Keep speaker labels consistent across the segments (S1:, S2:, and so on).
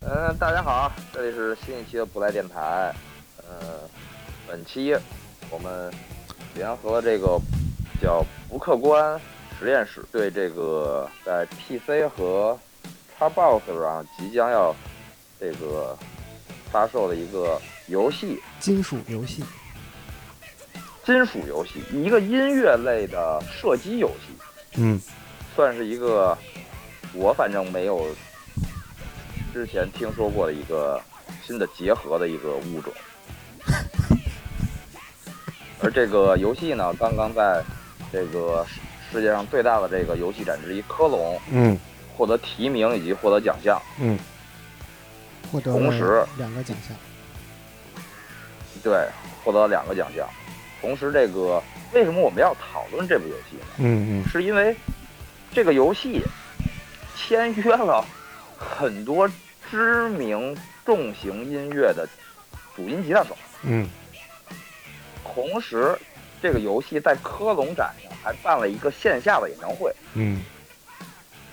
S1: 嗯，大家好，这里是新一期的不来电台。呃，本期我们联合这个叫不客观实验室，对这个在 PC 和 Xbox 上即将要这个发售的一个游戏
S2: 金属游戏，
S1: ——金属游戏，一个音乐类的射击游戏，
S3: 嗯，
S1: 算是一个我反正没有之前听说过的一个新的结合的一个物种。而这个游戏呢，刚刚在这个世世界上最大的这个游戏展之一科隆
S3: 嗯
S1: 获得提名以及获得奖项。
S3: 嗯，
S2: 获得
S1: 同时
S2: 了两个奖项。
S1: 对，获得了两个奖项。同时，这个为什么我们要讨论这部游戏呢？
S3: 嗯嗯
S1: 是因为这个游戏签约了很多知名重型音乐的主音吉他手，
S3: 嗯
S1: 同时这个游戏在科隆展上还办了一个线下的演唱会。
S3: 嗯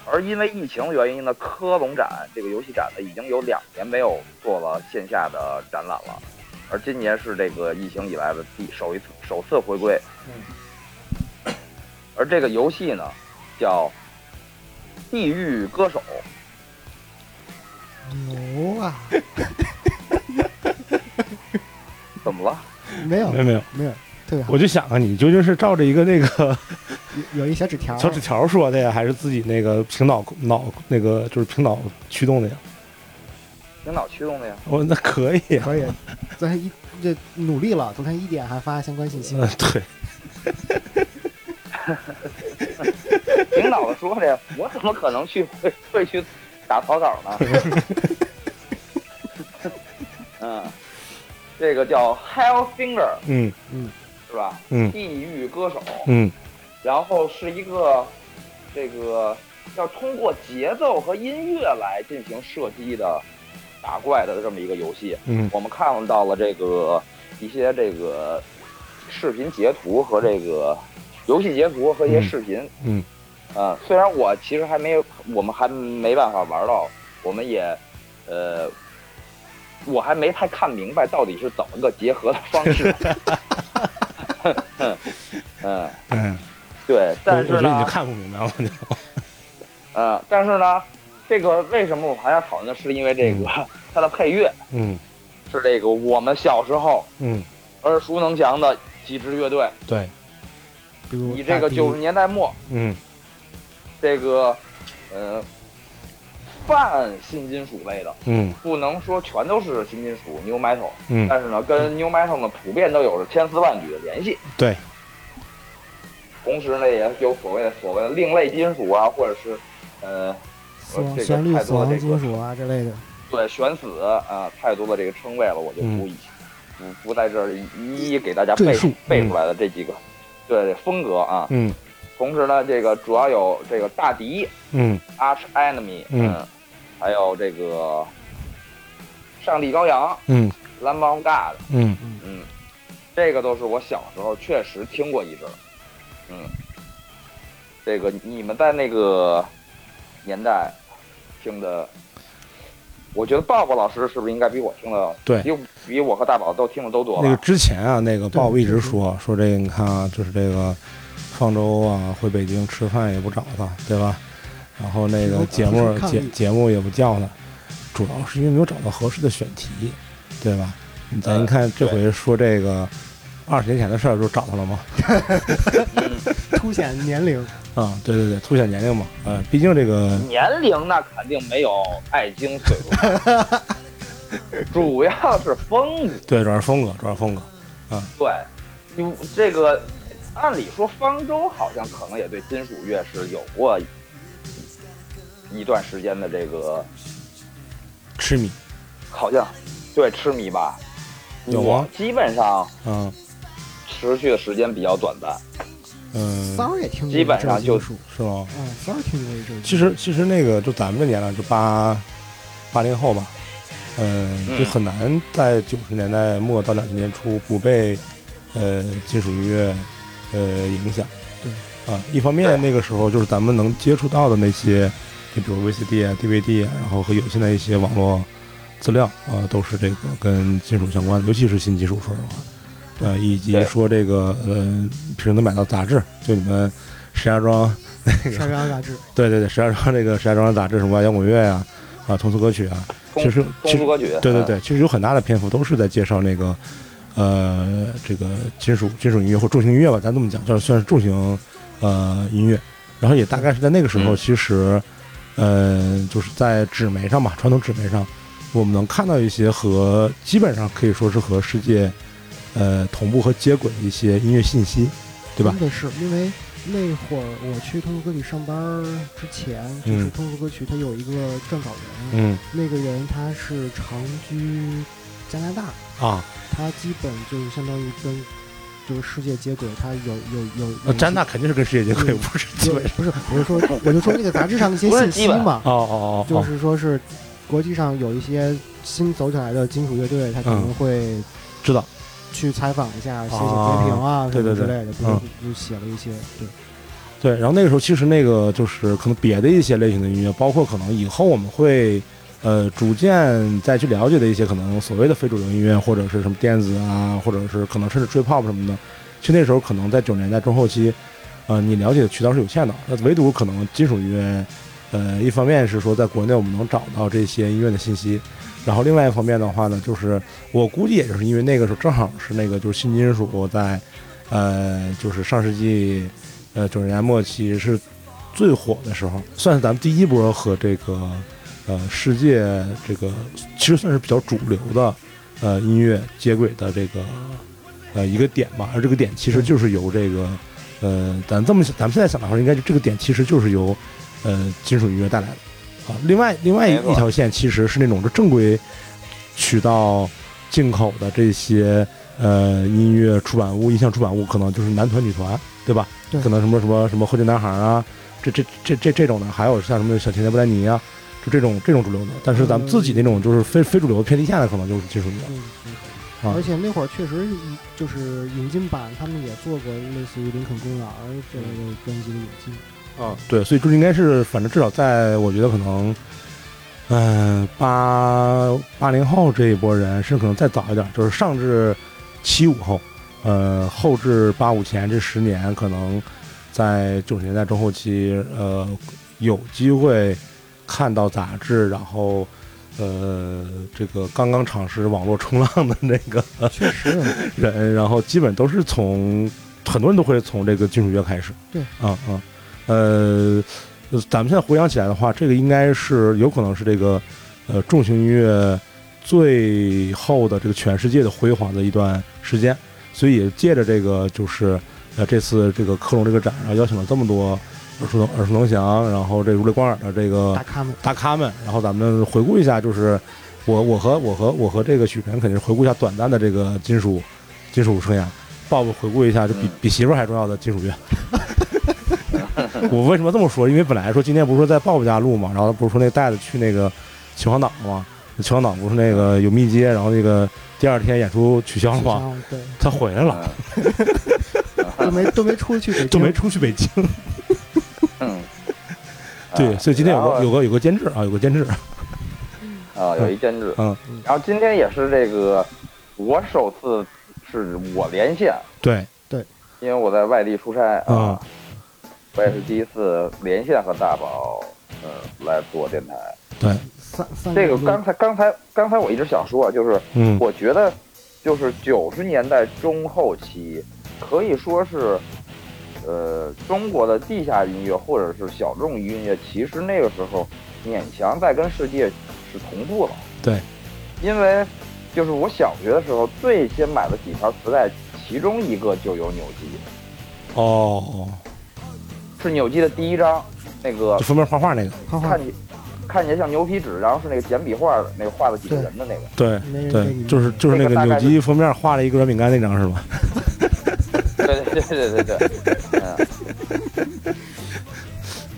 S1: 而因为疫情原因呢，科隆展这个游戏展呢已经有两年没有做了线下的展览了，而今年是这个疫情以来的第首一次首次回归。 而这个游戏呢，叫《地狱歌手》，
S3: 嗯
S2: 牛啊！
S1: 怎么了？
S2: 没有
S3: 嗯，没有没有，
S2: 没有，特别好
S3: 我。就想啊，你究竟是照着一个那个
S2: 有有一小纸条儿，
S3: 小纸条说的呀，还是自己那个平脑脑那个就是平脑驱动的呀？
S1: 领导驱动的呀？
S3: 我那可以，
S2: 可以。昨天一这努力了，昨天一点还发相关信息。
S3: 嗯，对，
S1: 领导的说的呀，我怎么可能去会会去打草稿呢？ 嗯，这个叫 Hellfinger
S3: 嗯
S1: 是吧？
S3: 嗯
S1: 地狱歌手。
S3: 嗯
S1: 然后是一个这个要通过节奏和音乐来进行射击的打怪的这么一个游戏。
S3: 嗯
S1: 我们看到了这个一些这个视频截图和这个游戏截图和一些视频。
S3: 嗯
S1: 啊、虽然我其实还没有，我们还没办法玩到，我们也呃。我还没太看明白到底是怎么个结合的方式， 嗯，
S3: 嗯，
S1: 对，
S3: 我
S1: 但
S3: 我
S1: 是
S3: 觉得
S1: 呢
S3: 你就，看不明白了，就
S1: 呃，但是呢，这个为什么我们还要讨论呢？是因为这个 它的配乐
S3: 嗯
S1: 是这个我们小时候
S3: 嗯，
S1: 耳熟能详的几支乐队，
S3: 对，
S2: 比如
S1: 以这个
S2: 大地
S1: 九十年代末
S3: 嗯
S1: 这个，呃，泛新金属类的，
S3: 嗯
S1: 不能说全都是新金属 new metal，
S3: 嗯，
S1: 但是呢，跟 new metal 呢普遍都有着千丝万缕的联系。
S3: 对，
S1: 同时呢，也有所谓的所谓的另类金属啊，或者是，呃，
S2: 死亡
S1: 这个
S2: 旋律、
S1: 太
S2: 死
S1: 多
S2: 亡
S1: 这
S2: 金
S1: 个
S2: 属啊之类的。
S1: 对，选死啊，太多的这个称谓了，我就不一、不不在这儿一一给大家
S3: 嗯赘
S1: 背
S3: 述
S1: 背
S3: 嗯
S1: 出来的这几个，对风格啊。
S3: 嗯
S1: 同时呢，这个主要有这个大敌
S3: 嗯
S1: Arch Enemy，
S3: 嗯
S1: 还有这个上帝羔羊
S3: 嗯
S1: Lamb of God，
S3: 嗯
S1: 嗯，这个都是我小时候确实听过一阵儿，嗯，这个你们在那个年代听的，我觉得鲍勃老师是不是应该比我听的，
S3: 对
S1: 比比我和大宝都听的都多
S3: 那个
S1: 吧？
S3: 之前啊，那个鲍勃一直
S2: 嗯
S3: 说说这个，你看啊，就是这个方舟啊，回北京吃饭也不找他，对吧？然后那个节
S2: 有
S3: 目
S2: 有抗
S3: 节
S2: 议
S3: 节目也不叫他，主要是因为没有找到合适的选题，对吧？你咱一看这回说这个二十年前的事儿，就找他了吗？
S2: 凸显年龄，
S3: 啊，对对对，凸显年龄嘛，呃，毕竟这个
S1: 年龄那肯定没有爱京岁数大， 主要是风格。
S3: 对，主要是风格，主要是风格，
S1: 对，你这个按理说方舟好像可能也对金属乐是有过一段时间的这个
S3: 痴迷，
S1: 好像对痴迷吧，
S3: 有啊
S1: 我
S3: 吗
S1: 基本上
S3: 嗯
S1: 持续的时间比较短暂。
S3: 嗯、
S2: 骚儿也听过
S1: 基本上
S2: 一阵
S1: 就
S2: 儿金属。
S3: 是吗？
S2: 嗯，骚儿听过一阵儿金属。
S3: 其实其实那个就咱们这年代，就八八零后吧，嗯、
S1: 嗯
S3: 就很难在九十年代末到两千年初不被呃金属乐呃影响。对啊，一方面那个时候就是咱们能接触到的那些，就比如 VCD 啊、DVD 啊，然后和有现在一些网络资料啊、都是这个跟金属相关的，尤其是新金属，说实话，呃，以及
S1: 对
S3: 说这个呃，平时能买到杂志，就你们石家庄
S2: 上张杂志，
S3: 对对对，石家庄这个石家庄的杂志什么摇滚乐呀、啊，通俗歌曲啊，
S1: 通
S3: 其实
S1: 通
S3: 其实
S1: 俗歌曲，
S3: 对对
S1: 嗯，
S3: 对，其实有很大的篇幅都是在介绍那个呃这个金属金属音乐或重型音乐吧，咱这么讲，就是算是重型呃音乐。然后也大概是在那个时候，
S1: 嗯
S3: 其实呃就是在纸媒上嘛，传统纸媒上，我们能看到一些和基本上可以说是和世界呃同步和接轨的一些音乐信息，对吧
S2: 真？的是因为那会儿我去通俗歌曲上班儿之前，就是
S3: 嗯
S2: 通俗歌曲它有一个撰稿人，
S3: 嗯
S2: 那个人他是长居加拿大，
S3: 啊，
S2: 他基本就是相当于跟就是世界接轨，他有有有有
S3: 那
S2: 一
S3: 詹
S2: 些
S3: 娜肯定是跟世界接轨，
S2: 嗯
S3: 不是基
S2: 就
S3: 本上。
S2: 不是，我是说，我就说那个杂志上的一些信息嘛，
S3: 哦哦哦
S2: 就
S3: 哦，
S2: 是说是国际上有一些新走起来的金属乐队，他可能
S3: 嗯
S2: 会
S3: 知道。
S2: 去采访一下，写写点评啊什
S3: 哦对
S2: 么
S3: 对嗯
S2: 之
S3: 对
S2: 类的，不是就写了一些对，
S3: 对，然后那个时候其实那个就是可能别的一些类型的音乐，包括可能以后我们会呃逐渐再去了解的一些可能所谓的非主流音乐，或者是什么电子啊，或者是可能甚至 trip hop 什么的，其实那时候可能在九十年代中后期，呃，你了解的渠道是有限的。那唯独可能金属音乐，呃，一方面是说在国内我们能找到这些音乐的信息，然后另外一方面的话呢，就是我估计也就是因为那个时候正好是那个就是新金属在，呃，就是上世纪呃九十年代末期是最火的时候，算是咱们第一波和这个呃世界这个其实算是比较主流的呃音乐接轨的这个呃一个点吧。而这个点其实就是由这个呃咱这么想咱们现在想的话，应该就这个点其实就是由呃金属音乐带来的啊。另外另外一
S1: 没错
S3: 一条线其实是那种就正规渠道进口的这些。呃，音乐出版物、音像出版物可能就是男团、女团，对吧？
S2: 对
S3: 可能什么什么什么后街男孩啊，这这这这这种的，还有像什么小甜甜布兰妮啊，就这种这种主流的。但是咱们自己那种就是非非主流偏地下的，可能就是技术流。
S2: 嗯
S3: 啊
S2: 嗯。而且那会儿确实引就是引进版，他们也做过类似于《林肯公园》
S3: 嗯
S2: 这类的专辑的引进，
S3: 啊，对，所以这应该是，反正至少在我觉得可能，嗯、八八零后这一波人，甚至可能再早一点，就是上至七五后，呃，后至八五前这十年，可能在九十年代中后期，呃，有机会看到杂志，然后。呃，这个刚刚尝试网络冲浪的那个
S2: 确实
S3: 人，然后基本都是从很多人都会从这个金属乐开始。
S2: 对
S3: 啊啊，呃，咱们现在回想起来的话，这个应该是有可能是这个呃重型音乐最后的这个全世界的辉煌的一段时间，所以也借着这个就是呃这次这个科隆这个展，然后邀请了这么多耳熟能耳熟能详，然后这如雷贯耳的这个
S2: 大咖们
S3: 大咖们，然后咱们回顾一下，就是我我和我和我和这个许晨肯定是回顾一下短暂的这个金属金属生涯。Bob 回顾一下，就比
S1: 嗯
S3: 比媳妇儿还重要的金属乐。 我为什么这么说？因为本来说今天不是说在 Bob 家录嘛，然后不是说那带子去那个秦皇岛了嘛，秦皇岛不是那个有密接，然后那个第二天演出取消了
S2: 经
S3: 嘛，
S2: 常对
S3: 他回来了，
S2: 都没都没出去北京，
S3: 就没出去北京。
S1: 嗯，
S3: 对，
S1: 啊
S3: 所以今天有
S1: 然
S3: 个
S1: 后
S3: 有个有个监制啊，有个监制。
S1: 啊，有一监制。
S3: 嗯
S2: 嗯
S1: 然后今天也是这个，我首次是我连线，
S3: 对，
S1: 因为我在外地出差
S3: 嗯
S1: 啊，我也是第一次连线和大宝，嗯，来做电台。
S3: 对，
S2: 三三
S1: 这个
S2: 人
S1: 刚才刚才刚才我一直想说，就是
S3: 嗯，
S1: 我觉得，就是九十年代中后期，可以说是，呃，中国的地下音乐或者是小众音乐，其实那个时候勉强在跟世界是同步了。
S3: 对，
S1: 因为就是我小学的时候最先买的几条磁带，其中一个就有纽基，
S3: 哦，
S1: 是纽基的第一张，那个
S3: 就封面画画那个，
S2: 画画
S1: 看起看起来像牛皮纸，然后是那个简笔画的那个画的几个人的那个。
S3: 对
S2: 没人给
S3: 对
S2: 你，弄
S3: 就是就是那
S1: 那
S3: 个
S1: 个大
S3: 纽
S1: 概
S3: 基封面画了一个软饼干那张是吧？
S1: 对对对对对对，嗯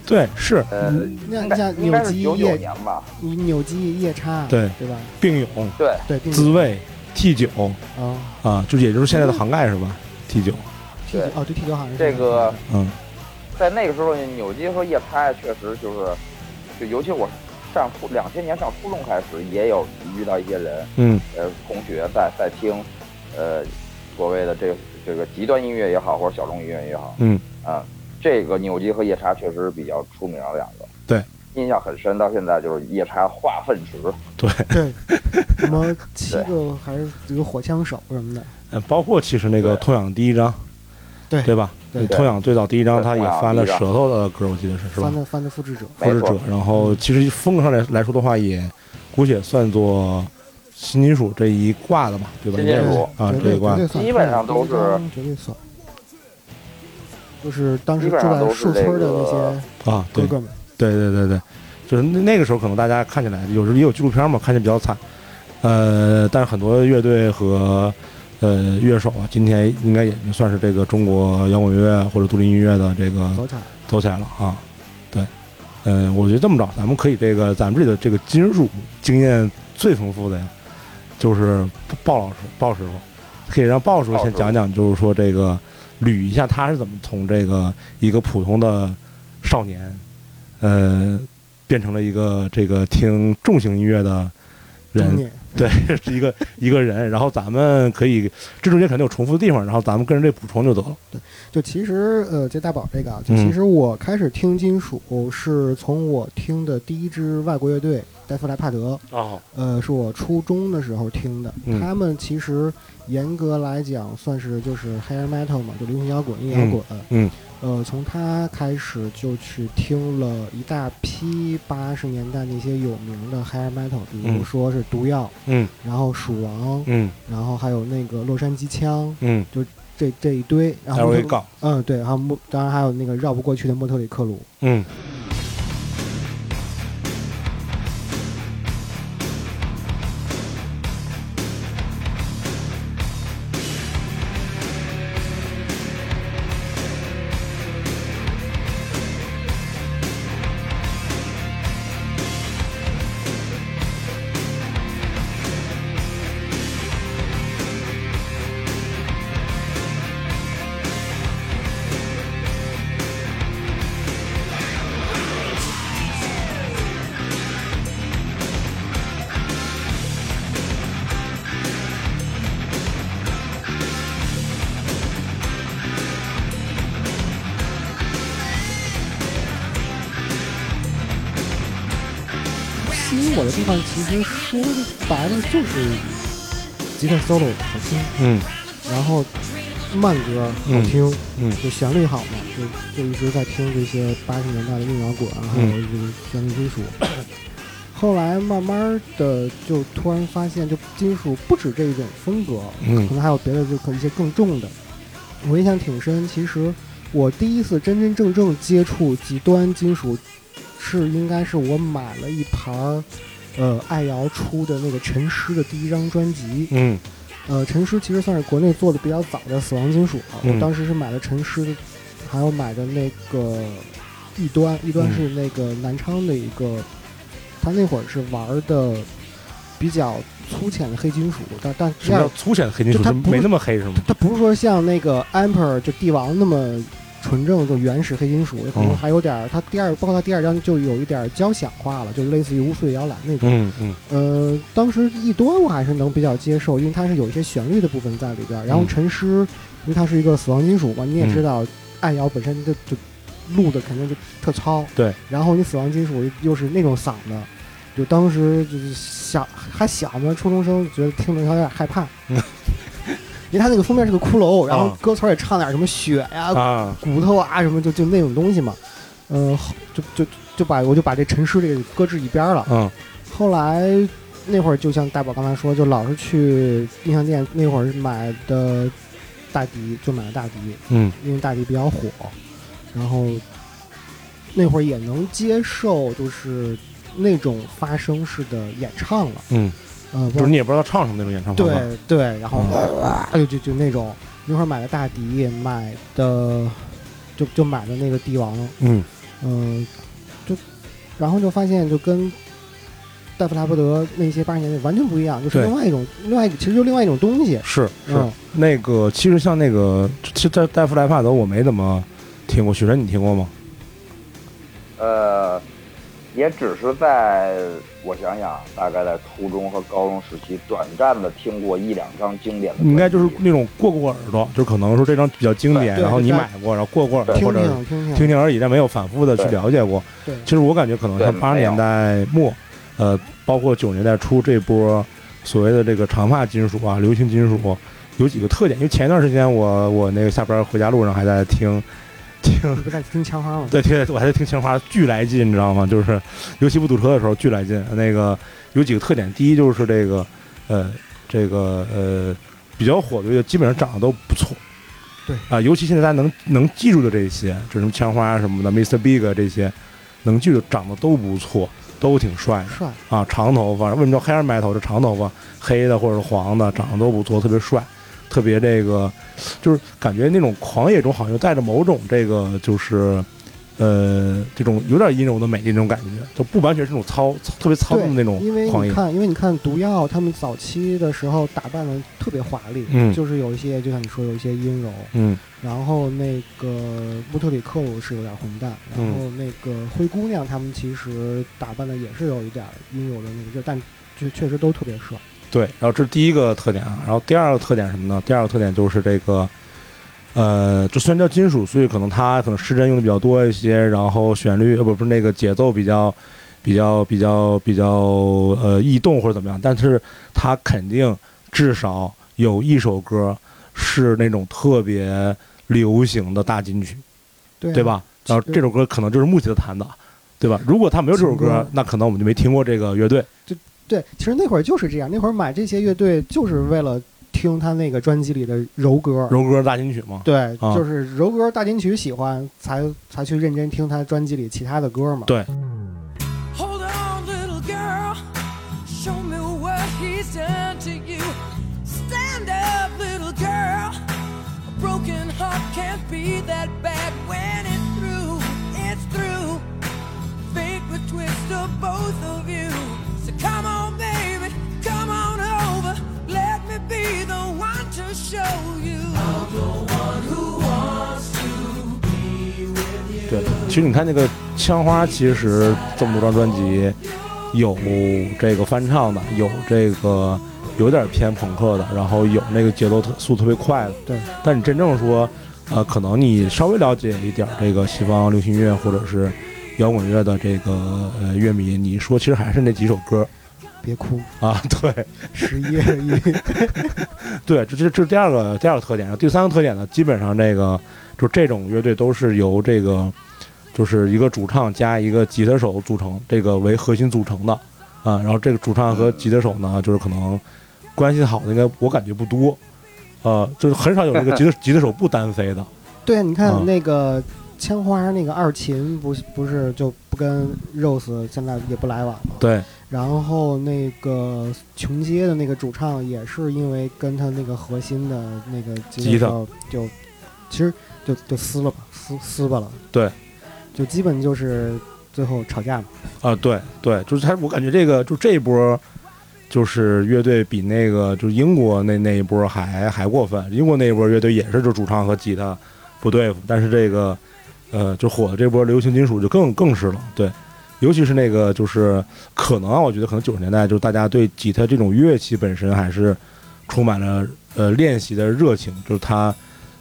S3: 对，是
S1: 呃。
S2: 那
S1: 应
S2: 你
S1: 该
S2: 像
S1: 应
S2: 扭
S1: 该是
S2: 机
S1: 九九
S2: 夜
S1: 年吧？
S2: 你扭机夜叉，
S3: 对
S2: 对吧？
S3: 并勇、
S1: 对，
S2: 对，并
S3: 滋味、T 九
S2: 啊
S3: 啊，就也就是现在的杭盖是吧？T 九，
S2: ，T 九
S1: 对
S2: 哦，对 T 九好像是
S1: 这个
S3: 嗯
S1: 在那个时候，扭机和夜拍确实就是，就尤其我上初两千年上初中开始，也有遇到一些人，
S3: 嗯
S1: 呃，同学在在听，呃，所谓的这这个极端音乐也好，或者小众音乐也好，
S3: 嗯
S1: 啊，这个扭机和夜叉确实比较出名的两个。
S3: 对，
S1: 印象很深，到现在就是夜叉化粪池，
S3: 对，
S2: 对，什么七个还是几个火枪手什么的，
S3: 呃包括其实那个
S1: 对
S3: 痛痒第一章，
S2: 对
S3: 对吧？
S2: 对
S3: 痛痒最早第一章
S1: 对
S3: 他也
S1: 痛痒
S3: 翻
S1: 第一
S3: 了
S1: 章
S3: 舌头的歌，我记得是是吧
S2: 翻？的翻的复制者，
S3: 复制
S1: 没
S3: 者
S1: 错，嗯
S3: 然后其实风格上来来说的话，也姑且算作新金属这一挂的嘛，对吧？
S1: 新金
S3: 应该是
S1: 属
S2: 绝，
S3: 啊这一
S2: 对绝
S3: 挂
S2: 对算，
S1: 基本上都是
S2: 绝对算，就是当时
S1: 基
S2: 住
S1: 本上
S2: 在
S1: 都是
S2: 树村的那
S1: 这个
S2: 些
S3: 啊，对
S2: 哥哥们，
S3: 对对对对，就是那那个时候可能大家看起来有时候也有纪录片嘛，看起来比较惨，呃，但是很多乐队和呃乐手啊，今天应该也算是这个中国摇滚乐或者独立音乐的这个
S2: 走起来，
S3: 走起来了啊。对，嗯，我觉得这么着，咱们可以这个咱们这里的这个金属经验最丰富的呀，就是鲍老师鲍师傅，可以让鲍师傅
S1: 鲍师
S3: 先
S1: 傅
S3: 讲讲，就是说这个捋一下他是怎么从这个一个普通的少年，呃，变成了一个这个听重型音乐的
S2: 中
S3: 人，
S2: 年
S3: 对， 是一个一个人。然后咱们可以这中间肯定有重复的地方，然后咱们跟着这补充就得了。
S2: 就其实呃，这大宝这个啊，就
S3: 嗯
S2: 其实我开始听金属是从我听的第一支外国乐队戴夫莱帕德，
S3: 哦，
S2: 呃，是我初中的时候听的。
S3: 嗯
S2: 他们其实严格来讲算是就是 hair metal 嘛，就流行摇滚、硬摇滚。
S3: 嗯
S2: 呃，从他开始就去听了一大批八十年代那些有名的 hair metal，比如
S3: 嗯
S2: 说是毒药，
S3: 嗯
S2: 然后鼠王，
S3: 嗯
S2: 然后还有那个洛杉矶枪。
S3: 嗯，
S2: 这这一堆，然
S3: 待
S2: 后
S3: 会儿给
S2: 他们
S3: 告。
S2: 嗯，对，还有莫，当然还有那个绕不过去的莫特里克鲁。
S3: 嗯
S2: 吸引我的地方，其实说白了就是吉他 solo 好听，
S3: 嗯
S2: 然后慢歌好听，
S3: 嗯
S2: 就旋律好嘛，就就一直在听这些八十年代的硬摇滚啊，还有这个旋律金属。后来慢慢的就突然发现，就金属不止这一种风格，可
S3: 嗯
S2: 能还有别的，就可能一些更重的。我印象挺深，其实我第一次真真正正接触极端金属，是应该是我买了一盘儿，呃，爱瑶出的那个陈诗的第一张专辑。
S3: 嗯
S2: 呃，陈诗其实算是国内做的比较早的死亡金属了。
S3: 嗯
S2: 我当时是买了陈诗的，还有买的那个异端，异端
S3: 嗯
S2: 是那个南昌的一个，他那会儿是玩的比较粗浅的黑金属，但但
S3: 什么叫粗浅的黑金属？
S2: 就它
S3: 是
S2: 不是
S3: 没那么黑是吗？
S2: 它不是说像那个 Emperor 就帝王那么纯正就原始黑金属，可能还有点儿它第二，包括它第二张就有一点儿交响化了，就类似于无岁摇篮那种。
S3: 嗯嗯
S2: 呃，当时异端我还是能比较接受，因为它是有一些旋律的部分在里边儿。然后
S3: 嗯
S2: 沉思，因为它是一个死亡金属嘛，你也
S3: 嗯
S2: 知道，爱瑶本身就就录的肯定就特糙，
S3: 对。
S2: 然后你死亡金属又是那种嗓子，就当时就是小还小嘛，初中生觉得听着有点害 怕，
S3: 嗯
S2: 因为它那个封面是个骷髅，然后
S3: 啊
S2: 歌词儿也唱点什么血呀、
S3: 啊，
S2: 骨头啊什么，就就那种东西嘛。嗯、后就就就把我就把这陈尸这个搁置一边儿了。
S3: 嗯
S2: 后来那会儿，就像大宝刚才说，就老是去音像店。那会儿买的大迪，就买了大迪，
S3: 嗯
S2: 因为大迪比较火。然后那会儿也能接受，就是那种发声式的演唱了。
S3: 嗯，
S2: 呃，
S3: 就是你也不知道唱什么那种演唱会吧。
S2: 对对，然后、
S3: 嗯
S2: 啊就就就那种，那会儿买的大迪，买的就就买的那个帝王，
S3: 嗯
S2: 嗯，就然后就发现就跟戴夫·拉伯德那些八十年代完全不一样，就是
S3: 对
S2: 另外一种，另外一个其实就另外一种东西。
S3: 是是
S2: 嗯，
S3: 那个，其实像那个，其实戴戴夫莱帕德我没怎么听过，许晨你听过吗？
S1: 呃，也只是在我想想，大概在初中和高中时期，短暂的听过一两张经典的专辑，
S3: 应该就是那种过过耳朵，就可能说这张比较经典，
S2: 对
S3: 然后你
S2: 对
S3: 买过，然后过过耳朵
S1: 对
S3: 啊或
S2: 听
S3: 者
S2: 听听
S3: 听听而已，但没有反复的去
S1: 对
S3: 了解过。
S2: 对
S3: 其实我感觉可能
S1: 对
S3: 像八十
S1: 没有
S3: 年代末，呃，包括九十年代初这波所谓的这个长发金属啊、流行金属，有几个特点。因为前一段时间我我那个下班回家路上还在听听
S2: 你不在听枪啊花吗？
S3: 对，听我还在听情话，巨来劲，你知道吗？就是尤其不堵车的时候，巨来劲。那个有几个特点，第一就是这个，呃，这个呃比较火的乐队，基本上长得都不错。
S2: 对
S3: 啊、尤其现在大家能能记住的这些，就什么枪花什么的，Mr. Big 啊这些，能记住长得都不错，都挺帅的。
S2: 帅，
S3: 啊，长头发，为什么叫黑人埋头？这长头发，黑的或者是黄的，长得都不错，特别帅，特别这个，就是感觉那种狂野中好像又带着某种这个就是，呃，这种有点阴柔的美那种感觉，就不完全是那种糙，特别糙
S2: 对
S3: 的那种
S2: 因为
S3: 狂
S2: 你
S3: 野。
S2: 看，因为你看毒药他们早期的时候打扮的特别华丽，
S3: 嗯
S2: 就是有一些就像你说有一些阴柔，
S3: 嗯
S2: 然后那个穆特里克鲁是有点混蛋，然
S3: 嗯
S2: 后那个灰姑娘他们其实打扮的也是有一点阴柔的那个劲儿，但确确实都特别帅。
S3: 对，然后这是第一个特点啊，然后第二个特点是什么呢？第二个特点就是这个，呃，就虽然叫金属，所以可能它可能失真用的比较多一些，然后旋律呃不不是那个节奏比较比较比较比较呃异动或者怎么样，但是它肯定至少有一首歌是那种特别流行的大金曲，
S2: 对啊
S3: 对？吧？然后这首歌可能就是木吉他弹的，对吧？如果他没有这首
S2: 情
S3: 歌
S2: 歌，
S3: 那可能我们就没听过这个乐队。
S2: 对，其实那会儿就是这样，那会儿买这些乐队就是为了听他那个专辑里的柔歌。
S3: 柔歌大金曲嘛，
S2: 对，
S3: 啊
S2: 就是柔歌大金曲喜欢，才才去认真听他专辑里其他的歌嘛。
S3: 对
S4: Hold on, little girl. Show me what he's done to you. Stand up, little girl. A broken heart can't be that bad when it's through. It's through. Fate would twist of both of you. So come on, baby. Come on over. Let me be the one to show you. I'm the one who wants to be with you.
S3: 对，其实你看那个枪花，其实这么多张专辑，有这个翻唱的，有这个有点偏朋克的，然后有那个节奏特速特别快的。
S2: 对，
S3: 但你真正说，呃，可能你稍微了解一点这个西方流行音乐或者是摇滚乐的这个呃乐迷，你说其实还是那几首歌
S2: 别哭，
S3: 啊，对。
S2: 十一月一，
S3: 对，这这这是第二个第二个特点，然后第三个特点呢，基本上这个就这种乐队都是由这个就是一个主唱加一个吉他手组成，这个为核心组成的啊。然后这个主唱和吉他手呢，就是可能关系好的应该我感觉不多，呃，就是很少有这个吉他吉他手不单飞的。
S2: 对，啊你
S3: 嗯
S2: 看那个枪花那个二琴不是不是就不跟 Rose 现在也不来往嘛？
S3: 对，
S2: 然后那个琼街的那个主唱也是因为跟他那个核心的那个
S3: 吉他
S2: 手就其实就就撕了吧，撕撕吧了。
S3: 对，
S2: 就基本就是最后吵架嘛。
S3: 啊，对对，就是他，我感觉这个就这一波，就是乐队比那个就是英国那那一波还还过分。英国那一波乐队也是就主唱和吉他不对付，但是这个呃就火的这波流行金属就更更是了，对。尤其是那个，就是可能啊，我觉得可能九十年代，就是大家对吉他这种乐器本身还是充满了呃练习的热情，就是他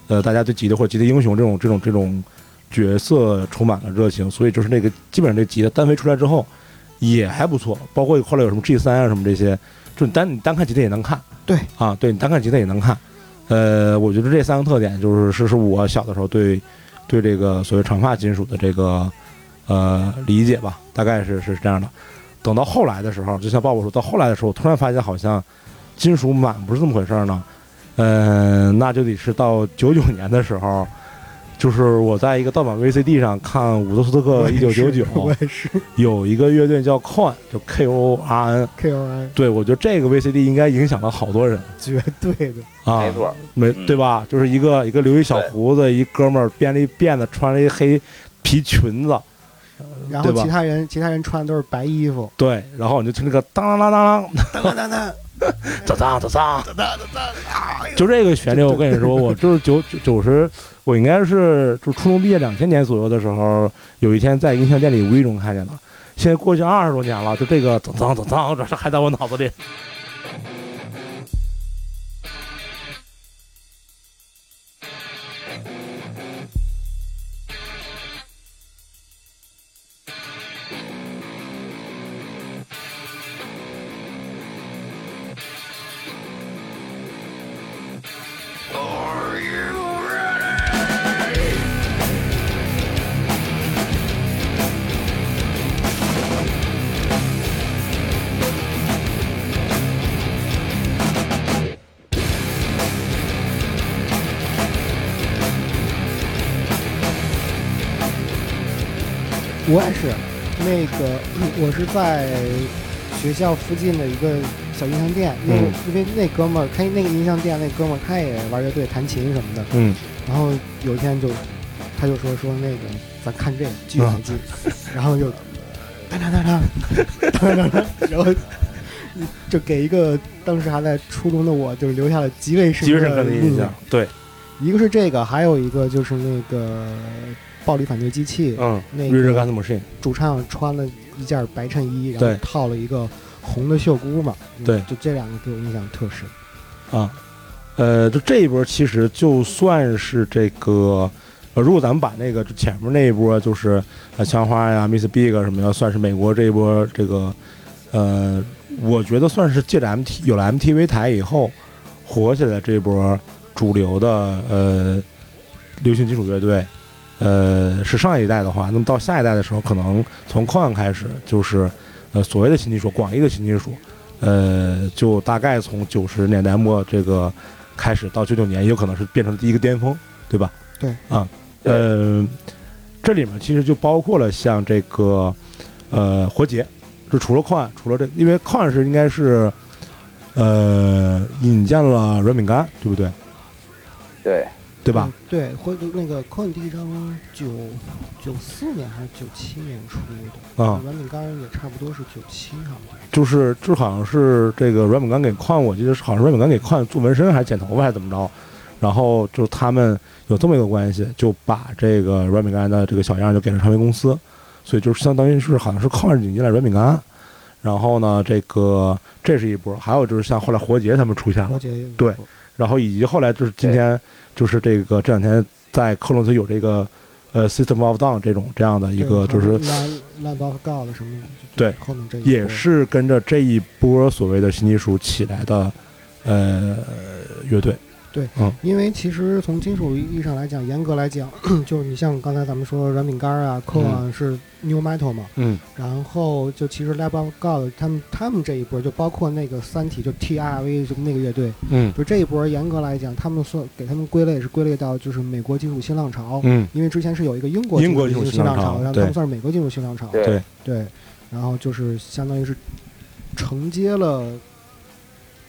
S3: 呃，大家对吉他或者吉他英雄这种这种这种角色充满了热情，所以就是那个基本上这吉他单飞出来之后也还不错，包括后来有什么 G 三啊什么这些，就你单你单看吉他也能看，
S2: 对
S3: 啊，对你单看吉他也能看，呃，我觉得这三个特点就是是是我小的时候对对这个所谓长发金属的这个呃理解吧，大概是是这样的。等到后来的时候，就像鲍勃说，到后来的时候，我突然发现好像金属满不是这么回事儿呢，呃，那就得是到九九年的时候。就是我在一个盗版 VCD 上看伍德斯托克呃一九九九，
S2: 我也是
S3: 有一个乐队叫 Korn，就 K O R N。
S2: K O I
S3: 对，我觉得这个 VCD 应该影响了好多人
S2: 绝对的，
S3: 啊，
S1: 没，错，
S3: 没
S1: 嗯
S3: 对吧？就是一个一个留一小胡子，一哥们儿编了一辫子，穿了一黑皮裙子，
S2: 然后
S3: 对吧
S2: 其他人其他人穿的都是白衣服，
S3: 对，然后你就听那个当当当当
S2: 当当当当，
S3: 当当当当当当当，就这个旋律，我跟你说，我就是九九九十，我应该是就初中毕业两千年左右的时候，有一天在音像店里无意中看见的。现在过去二十多年了，就这个噔噔噔噔，这还在我脑子里。
S2: 我也是，那个嗯我是在学校附近的一个小音像店，那个、
S3: 嗯
S2: 因为那哥们儿开那个音像店，那哥们儿他也玩乐队、弹琴什么的，
S3: 嗯，
S2: 然后有一天就他就说说那个咱看这个剧台剧，
S3: 嗯
S2: 然后就哒哒哒哒哒哒哒， 然后。就给一个当时还在初中的我，就是嗯留下了极为深
S3: 极为深
S2: 刻
S3: 刻的印象。。对，
S2: 一个是这个，还有一个就是那个暴力反对机器，
S3: 嗯
S2: 那个
S3: ，Rage Against the Machine，
S2: 主唱穿了一件白衬衣，然后
S3: 对
S2: 套了一个红的袖箍嘛。嗯
S3: 对
S2: 就这两个给我印象特深。
S3: 啊，呃，就这一波其实就算是这个，呃，如果咱们把那个前面那一波就是呃枪花呀、Miss Big 啊什么的，算是美国这一波这个，呃，我觉得算是借着 MT 有了 MTV 台以后火起来这波主流的呃流行金属乐队。呃，是上一代的话，那么到下一代的时候，可能从 Con 开始就是，呃，所谓的新金属，广义的新金属，呃，就大概从九十年代末这个开始到九九年，也有可能是变成第一个巅峰，对吧？
S2: 对
S3: 啊，呃，这里面其实就包括了像这个呃活结，就除了矿，除了这，因为矿是应该是呃引荐了软饼干，对不对？
S1: 对，
S3: 对吧
S2: 嗯？？对，或者那个 Con 第一张九九四年还是九七年出的，
S3: 啊
S2: 软饼干也差不多是九七好像。
S3: 就是就好像是这个软饼干给矿，我记得是好像软饼干给矿做纹身还是剪头发还是怎么着，然后就他们有这么一个关系，就把这个软饼干的这个小样就给了唱片公司，所以就是相当于是好像是矿引进来软饼干，然后呢，这个这是一波，还有就是像后来活结他们出现了
S2: 罗，杰也有
S3: 啊对
S2: 过
S3: 然后以及后来就是今天就是这个这两天在科隆斯有这个呃 System of a Down 这种这样的一个就
S2: 对
S3: 是
S2: 蓝蓝包告的什么的，就
S3: 对
S2: 后面这一波
S3: 也是跟着这一波所谓的新技术起来的，呃，乐队。
S2: 因为其实从金属意义上来讲，严格来讲， 就是你像刚才咱们说软饼干啊、c o 啊是 new metal 嘛，
S3: 嗯
S2: 然后就其实 Lab of God 他们他们这一波，就包括那个三体，就 TRV 就那个乐队，
S3: 嗯
S2: 就这一波严格来讲，他们算给他们归类是归类到就是美国金属新浪潮，
S3: 嗯，
S2: 因为之前是有一个英国
S3: 英国
S2: 金
S3: 金
S2: 属
S3: 属
S2: 新
S3: 新
S2: 浪
S3: 浪潮
S2: 潮，然后他
S3: 对
S2: 们算是美国金属新浪潮，
S1: 对
S3: 对
S2: 对然后就是相当于是承接了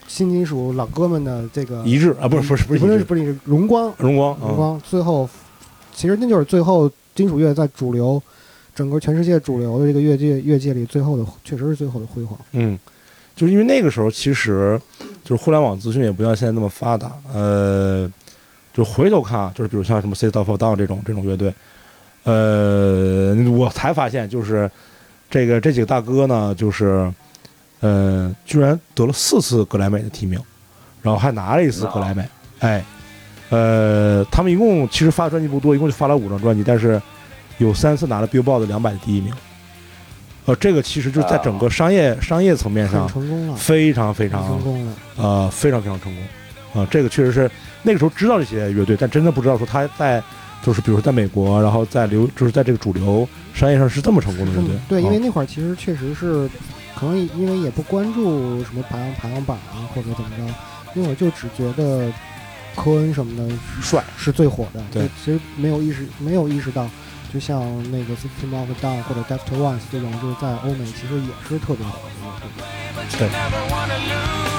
S2: 新金属老哥们的这个
S3: 一致啊，不是不是不是
S2: 不
S3: 一嗯
S2: 是
S3: 致
S2: 不是荣光
S3: 荣光，
S2: 荣光，最后其实那就是最后金属乐在主流，整个全世界主流的这个乐界乐界里最后的，确实是最后的辉煌。
S3: 嗯，嗯就是因为那个时候其实就是互联网资讯也不像现在那么发达，呃，就回头看啊，就是比如像什么 System of a Down 这种这种乐队，呃，我才发现就是这个这几个大哥呢，就是呃，居然得了四次格莱美的提名，然后还拿了一次格莱美，哎，呃，他们一共其实发的专辑不多，一共就发了五张专辑，但是有三次拿了 Billboard 两百的第一名，呃，这个其实就是在整个商业、商业层面
S2: 很
S3: 上
S2: 成功了，
S3: 非常非
S2: 很
S3: 常
S2: 成功了。
S3: 呃，非常非常成功，啊、这个确实是那个时候知道这些乐队，但真的不知道说他在就是比如说在美国，然后在流就是在这个主流商业上是这么成功的乐队
S2: 嗯，对，因为
S3: 啊
S2: 那会儿其实确实是，可能因为也不关注什么排行排行榜啊，或者怎么着，那会儿就只觉得科恩什么的是
S3: 帅，
S2: 是最火的。
S3: 对
S2: 就其实没有意识没有意识到，就像那个 System of a Down 或者 Deft Ones 这种，就是在欧美其实也是特别火的乐队。
S4: but you
S3: Thank you.
S4: never wanna lose.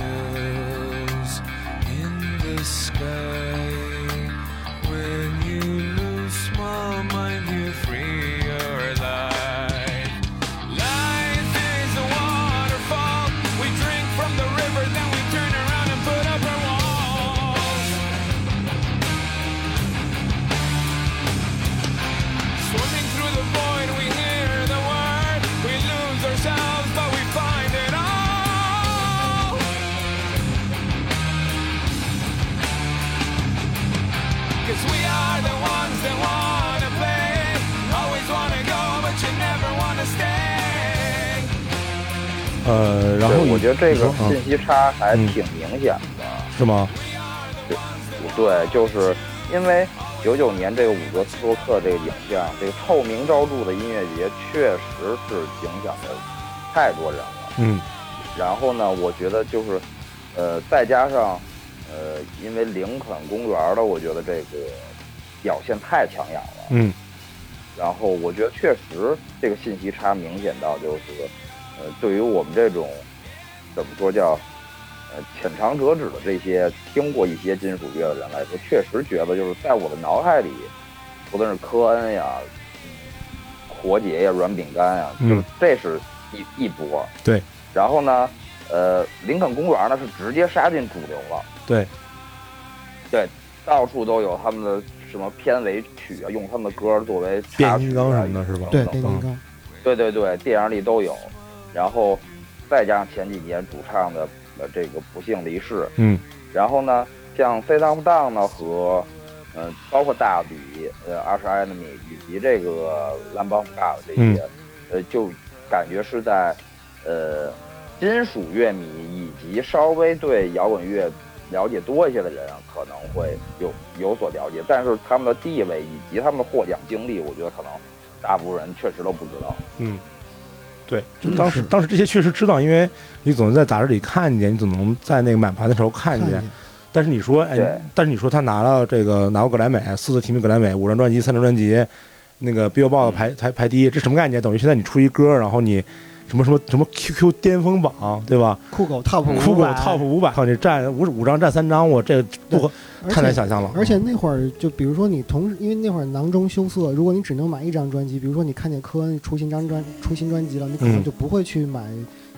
S4: Aerials in the sky. When you lose small mind, you free your life. Life is a war.
S3: 呃，然后
S1: 对，我觉得这
S3: 你
S1: 个
S3: 说啊
S1: 信息差还
S3: 嗯
S1: 挺明显的。
S3: 是吗？
S1: 对，就是因为九九年这个伍德斯托克这个影像，这个臭名昭著的音乐节，确实是影响了太多人了。
S3: 嗯
S1: 然后呢，我觉得就是，呃，再加上，呃，因为林肯公园的，我觉得这个表现太抢眼了。
S3: 嗯
S1: 然后我觉得确实这个信息差明显到就是，呃，对于我们这种怎么说叫，呃，浅尝辄止的这些听过一些金属乐的人来说，确实觉得就是在我的脑海里，无论是科恩呀、活结呀、软饼干呀，
S3: 嗯
S1: 就是这是一一波。
S3: 对。
S1: 然后呢，呃，林肯公园呢是直接杀进主流了。
S3: 对。
S1: 对，到处都有他们的什么片尾曲啊，用他们的歌作为插曲啊
S3: 变形金刚什么的是吧
S2: 对，
S1: 等
S2: 变
S1: 等
S2: 形金刚，
S1: 对对对，电影里都有。然后再加上前几年主唱的呃这个不幸离世，
S3: 嗯
S1: 然后呢，像 C Down Down 呢和嗯、呃包括大吕呃二十 enemy 以及这个蓝邦嘎的这些，呃就感觉是在呃金属乐迷以及稍微对摇滚乐了解多一些的人啊可能会有有所了解，但是他们的地位以及他们的获奖经历，我觉得可能大部分人确实都不知道。
S3: 嗯，对，就
S2: 真的
S3: 当时
S2: 是
S3: 当时这些确实知道，因为你总能在杂志里看见，你总能在那个买盘的时候看
S2: 看
S3: 见
S2: 见。
S3: 但是你说，哎
S1: 对，
S3: 但是你说他拿了这个拿过格莱美四次提名格莱美，五张专辑、三张专辑，那个
S2: 嗯
S3: Billboard 排排排第一，这什么概念？等于现在你出一歌，然后你什么什么什么 QQ 巅峰榜，对吧？
S2: 酷狗 Top
S3: 嗯酷狗
S2: 500
S3: Top 五百，靠你占五五张占三张，我这不合
S2: 而且
S3: 太难想象了。
S2: 而且那会儿就比如说你同时，因为那会儿囊中羞涩，如果你只能买一张专辑，比如说你看见科恩出新张专出新专辑了，你可能
S3: 嗯
S2: 就不会去买，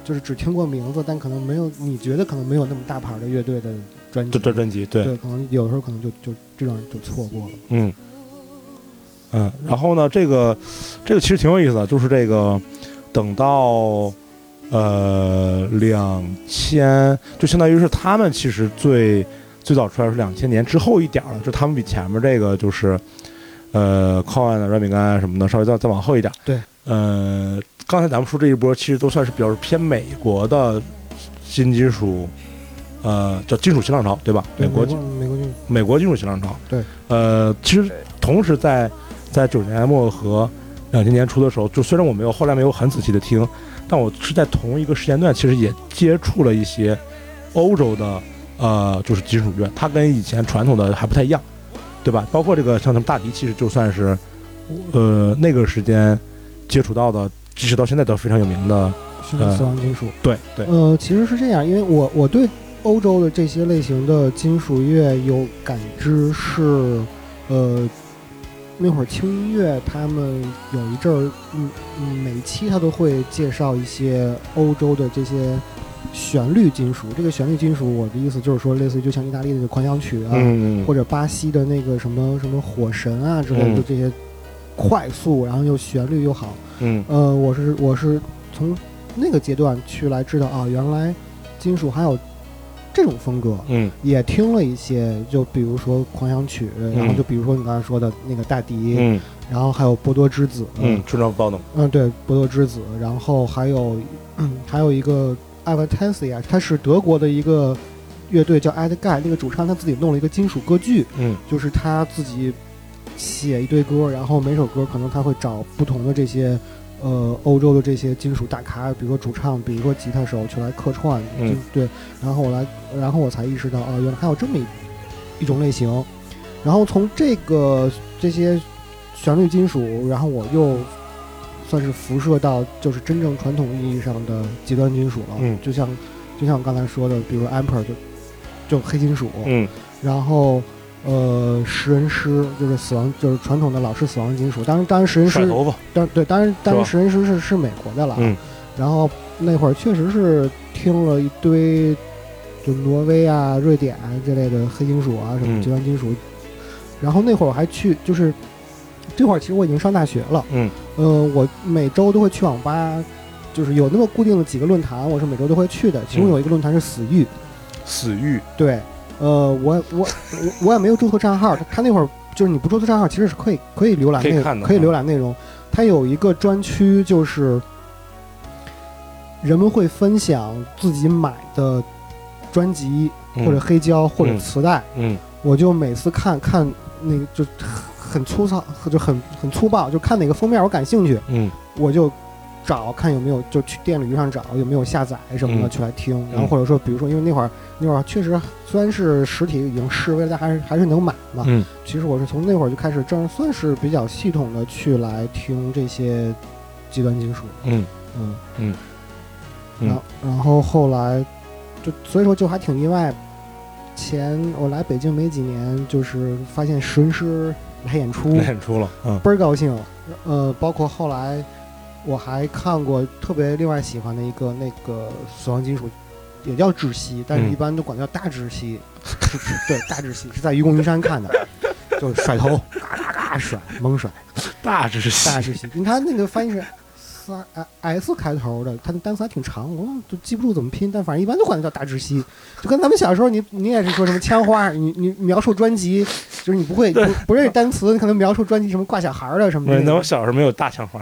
S2: 就是只听过名字，但可能没有你觉得可能没有那么大牌的乐队的专辑
S3: 这，这专辑，对，
S2: 对，可能有时候可能就就这种就错过了。
S3: 嗯，嗯，然后呢，这个这个其实挺有意思的，就是这个等到呃两千，就相当于是他们其实最最早出来是两千年之后一点儿了，就他们比前面这个就是呃 c o n 啊、软饼干啊什么的稍微再再往后一点。
S2: 对，
S3: 呃，刚才咱们说这一波其实都算是比较偏美国的新金属，呃，叫金属新浪潮，对吧？
S2: 对，
S3: 美国金
S2: 国美国就
S3: 美国进入新浪潮。
S2: 对，
S3: 呃，其实
S1: 对
S3: 同时在在九十年代末和两千年初的时候，就虽然我没有后来没有很仔细的听，但我是在同一个时间段，其实也接触了一些欧洲的呃，就是金属乐，它跟以前传统的还不太一样，对吧？包括这个像什么大提，其实就算是呃那个时间接触到的，即使到现在都非常有名的，
S2: 是个
S3: 嗯
S2: 死亡金属。
S3: 对对，
S2: 呃，其实是这样，因为我我对欧洲的这些类型的金属乐有感知是，呃，那会儿轻音乐他们有一阵儿，嗯嗯，每期他都会介绍一些欧洲的这些旋律金属。这个旋律金属，我的意思就是说，类似于就像意大利的狂想曲啊，
S3: 嗯
S2: 或者巴西的那个什么什么火神啊之类的
S3: 嗯
S2: 这些快速，然后又旋律又好。
S3: 嗯
S2: 呃，我是我是从那个阶段去来知道啊，原来金属还有这种风格，
S3: 嗯
S2: 也听了一些，就比如说狂想曲，然后就比如说你刚才说的那个大迪，
S3: 嗯
S2: 然后还有波多之子，
S3: 嗯，村庄暴动，
S2: 嗯，对，波多之子，然后还有、嗯还有一个艾文 t e n s i 啊，他是德国的一个乐队叫 Ad Guy，那个主唱他自己弄了一个金属歌剧，
S3: 嗯
S2: 就是他自己写一堆歌，然后每首歌可能他会找不同的这些呃欧洲的这些金属大咖，比如说主唱，比如说吉他手去来客串，
S3: 嗯
S2: 就对，然后我来，然后我才意识到啊，原来还有这么一一种类型，然后从这个这些旋律金属，然后我又。算是辐射到就是真正传统意义上的极端金属了，
S3: 嗯
S2: 就像就像我刚才说的，比如 Amper 就就黑金属，
S3: 嗯
S2: 然后呃，食人狮就是死亡，就是传统的老式死亡金属。当然，当然食人
S3: 甩
S2: 狮，
S3: 头发，
S2: 当对，当然，当
S3: 是
S2: 然
S3: 吧
S2: 食人狮是是美国的了。啊
S3: 嗯
S2: 然后那会儿确实是听了一堆，就挪威啊、瑞典啊这类的黑金属啊，什
S3: 嗯
S2: 么极端金属。然后那会儿我还去，就是这会儿其实我已经上大学了。
S3: 嗯
S2: 呃，我每周都会去网吧。就是有那么固定的几个论坛，我是每周都会去的。其中
S3: 嗯
S2: 有一个论坛是死狱，
S3: 死狱，
S2: 对，呃，我我我我也没有注册账号，他他那会儿就是你不注册账号，其实是可以可以浏览
S3: 可以
S2: 内
S3: 看的
S2: 可以
S3: 啊
S2: 浏览内容。它有一个专区，就是人们会分享自己买的专辑
S3: 嗯
S2: 或者黑胶或者
S3: 嗯
S2: 磁带，
S3: 嗯
S2: 我就每次看看那个就很粗糙，就很很粗暴，就看哪个封面我感兴趣，
S3: 嗯
S2: 我就找看有没有，就去电驴上找有没有下载什么的
S3: 嗯
S2: 去来听。然后或者说，比如说，因为那会儿那会儿确实虽然是实体已经示威了，但还是还是能买嘛。
S3: 嗯
S2: 其实我是从那会儿就开始，正算是比较系统的去来听这些极端金属。
S3: 嗯
S2: 嗯
S3: 嗯嗯
S2: 然后然后后来就所以说就还挺意外。前我来北京没几年，就是发现石文师来演出，
S3: 那演出了，嗯
S2: 倍儿高兴。呃，包括后来我还看过特别另外喜欢的一个那个死亡金属，也叫窒息，但是
S3: 嗯
S2: 一般都管叫大窒息。是是对，大窒息是在愚公移山看的，就甩头，嘎嘎嘎甩，猛甩，
S3: 大致是
S2: 大窒息。你看那个翻译是。仨 S 开头的，它那单词还挺长，我忘就记不住怎么拼，但反正一般都管它叫大窒息。就跟咱们小时候你，你也是说什么枪花，你你描述专辑，就是你不会不不认识单词，你可能描述专辑什么挂小孩儿的什么
S3: 那
S2: 的那
S3: 那
S2: 种
S3: 我。小时候 没有大枪花，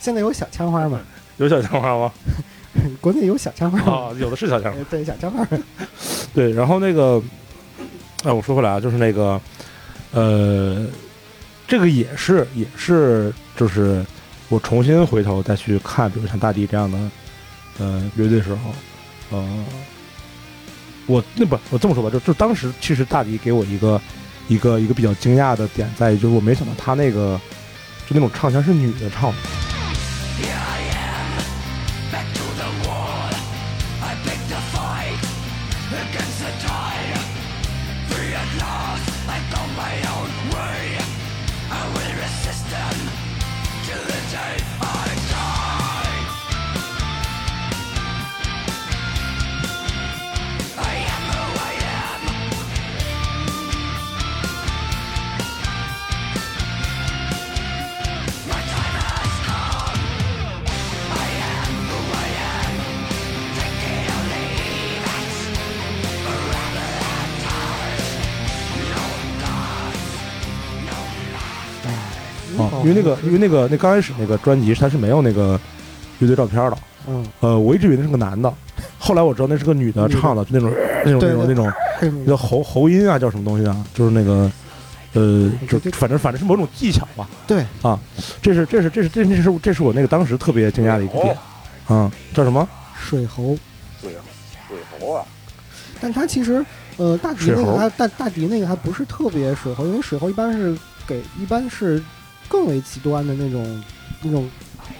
S2: 现在有小枪花吗？
S3: 有小枪花吗？
S2: 国内有小枪花吗？
S3: 啊，有的是小枪花。
S2: 呃 对，小枪花。
S3: 对，然后那个，哎，我说回来啊，就是那个，呃，这个也是也是就是我重新回头再去看，比如像大地这样的呃乐队时候，呃，我那不我这么说吧，就就当时其实大迪给我一个一个一个比较惊讶的点在于，就是我没想到他那个就那种唱腔是女的唱的。啊，
S2: 哦
S3: 因为那个，因为那个，那刚开始那个专辑它是没有那个乐队照片的，
S2: 嗯，
S3: 呃，我一直以为那是个男的，后来我知道那是个女的
S2: 女的
S3: 唱的，就那种那种
S2: 对
S3: 那种
S2: 对
S3: 那种
S2: 这种
S3: 叫喉喉音啊，叫什么东西啊，就是那个呃，就
S2: 对对
S3: 反正反正是某种技巧吧。
S2: 对
S3: 啊，这是这是这是这是这是这是我那个当时特别惊讶的一个点
S2: 哦
S3: 啊，叫什么？
S2: 水猴，
S1: 水水猴啊，
S2: 但它其实，呃，大迪那
S3: 水
S2: 个
S3: 猴
S2: 还大大迪那个还不是特别水猴，因为水猴一般是给一般是更为极端的那种那种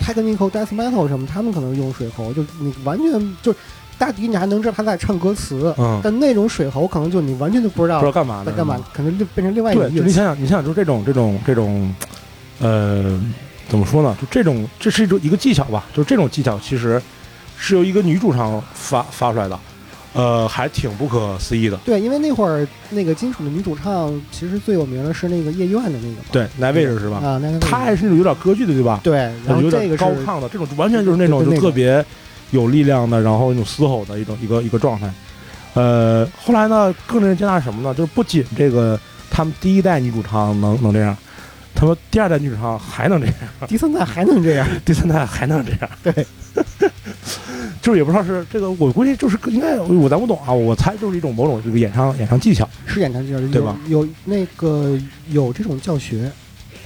S2: technical death metal 什么，他们可能用水猴，就你完全就大迪你还能知道他在唱歌词，
S3: 嗯，
S2: 但那种水猴可能就你完全就不知
S3: 不知道嗯
S2: 道
S3: 干
S2: 在
S3: 嘛呢？
S2: 呃干嘛，可能就变成另外一个
S3: 对，
S2: 乐
S3: 就
S2: 器
S3: 你。想想，你想想，就这种这种这种，呃，怎么说呢？就这种，这是一种一个技巧吧。就这种技巧其实是由一个女主唱发发出来的，呃，还挺不可思议的。
S2: 对，因为那会儿那个金属的女主唱，其实最有名的是那个叶院的那个嘛。
S3: 对，莱维尔是吧？
S2: 啊，那个
S3: 她还是有点歌剧的，对吧？
S2: 对，然后
S3: 有
S2: 这
S3: 点
S2: 个是
S3: 高亢的，这种完全就是那种
S2: 对对
S3: 就
S2: 那
S3: 特
S2: 种
S3: 别有力量的，然后那种嘶吼的一种一个一个状态。呃，后来呢，更令人惊讶是什么呢？就是不仅这个他们第一代女主唱能能这样，他们第二代女主唱还能这样。
S2: 第三代还能这样，
S3: 第三代还能这样，对， 就是也不知道是这个，我估计就是应该我咱不懂啊，我猜就是一种某种这个演唱演唱技巧
S2: 是演唱这样
S3: 对吧？
S2: 有有那个有这种教学，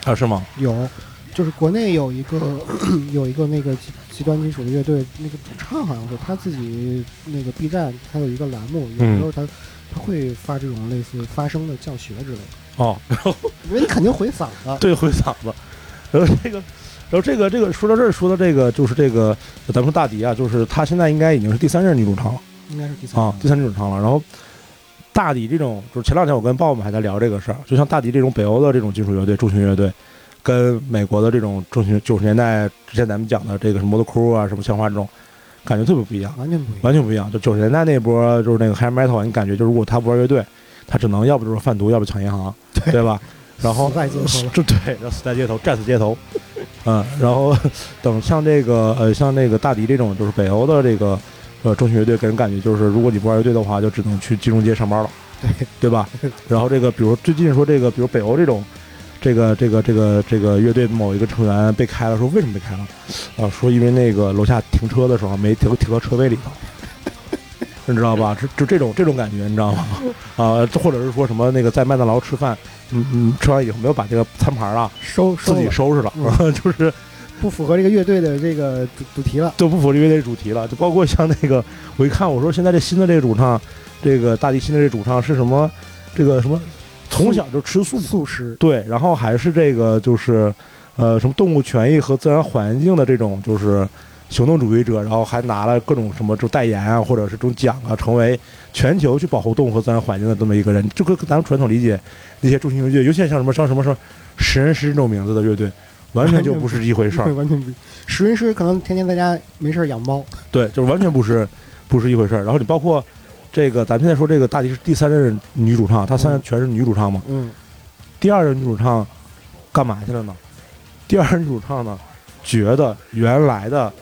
S3: 啊，是吗？
S2: 有，就是国内有一个有一个那个极极端金属的乐队，那个主唱好像是他自己那个 B 站，他有一个栏目，有
S3: 嗯
S2: 时候他、他会发这种类似发声的教学之类的，
S3: 哦，
S2: 因为你肯定毁嗓子。
S3: 对，回嗓子，然后这个，然后这个这个说到这儿，说到这个就是这个，咱们说大迪啊，就是她现在应该已经是第三任女主唱了
S2: 应该是第三
S3: 啊，第三女主唱了，然后。大迪这种，就是前两天我跟鲍姆还在聊这个事儿，就像大迪这种北欧的这种金属乐队、重型乐队，跟美国的这种重型九十年代之前咱们讲的这个什么摩托库啊、什么枪花这种，感觉特别不一样。
S2: 完全不一样。
S3: 完全不一样。就九十年代那波，就是那个 hair metal，你感觉就是如果他不玩乐队，他只能要不就是贩毒，要不抢银行，对吧？然后
S2: 死在街头了
S3: 就 对，然后死在街头，战死街头。嗯，然后等像这个呃，像那个大迪这种，就是北欧的这个呃重型乐队，给人感觉就是，如果你不玩乐队的话，就只能去金融街上班了，
S2: 对
S3: 对吧？然后这个，比如最近说这个，比如北欧这种这个这个这个这个乐队某一个成员被开了，说为什么被开了？啊，说因为那个楼下停车的时候啊没停停到车位里头， 你知道吧？这就这种这种感觉，你知道吗？ 啊，或者是说什么那个在麦当劳吃饭，嗯嗯，吃完以后没有把这个餐盘啊
S2: 收
S3: 自
S2: 收
S3: 己
S2: 了嗯
S3: 收拾了， 就是
S2: 不符合这个乐队的这个主主题了。
S3: 都不符合乐队主题了，就包括像那个， 我一看我说现在这新的这个主唱，这个大地新的这主唱是什么？这个什么，从小就吃素，
S2: 素食，
S3: 对，然后还是这个就是，呃，什么动物权益和自然环境的这种就是行动主义者，然后还拿了各种什么就代言啊，或者是这种奖啊，成为全球去保护动物和自然环境的这么一个人，就跟咱们传统理解那些重型乐队，尤其像什么像什么什么食人食这种名字的乐队，完全就不是一回事儿
S2: 对，。完全不一。食人师可能天天在家没事儿养猫，
S3: 对，就是完全不是不是一回事儿。然后你包括这个，咱们现在说这个大迪是第三任女主唱，她三任全是女主唱嘛。
S2: 嗯，
S3: 第二任女主唱干嘛去了呢？第二任女主唱呢，觉得原来的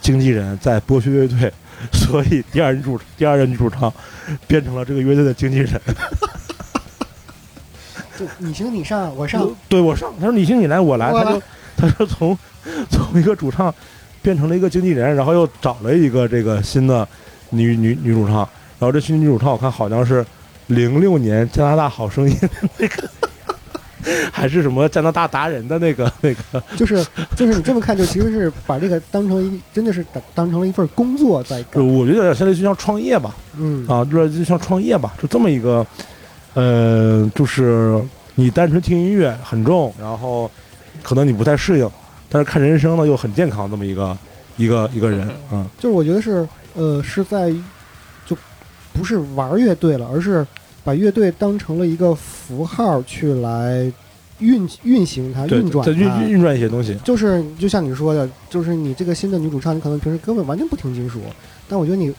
S3: 经纪人在剥削乐队， 所以第二任主第二任女主唱变成了这个乐队的经纪人。
S2: 就你行你上，我上，
S3: 对我上，他说你行你来我来，
S2: 我
S3: 他
S2: 来
S3: 就他说从从一个主唱变成了一个经纪人，然后又找了一个这个新的女女女主唱，然后这新女主唱我看好像是零六年加拿大好声音那个。 还是什么加拿大达人的那个那个，
S2: 就是就是你这么看，就其实是把这个当成一，真的是当当成了一份工作在干。
S3: 我觉得现在就像创业吧，
S2: 嗯，
S3: 啊，就是就像创业吧，就这么一个，呃，就是你单纯听音乐很重，然后可能你不太适应，但是看人生呢又很健康，这么一个一个一个人啊，
S2: 就是我觉得是呃是在就不是玩乐队了，而是把乐队当成了一个符号去来运运行它、
S3: 对，
S2: 运转啊
S3: 再
S2: 它。
S3: 运运运转一些东西，
S2: 就是就像你说的，就是你这个新的女主唱，你可能平时根本完全不听金属，但我觉得你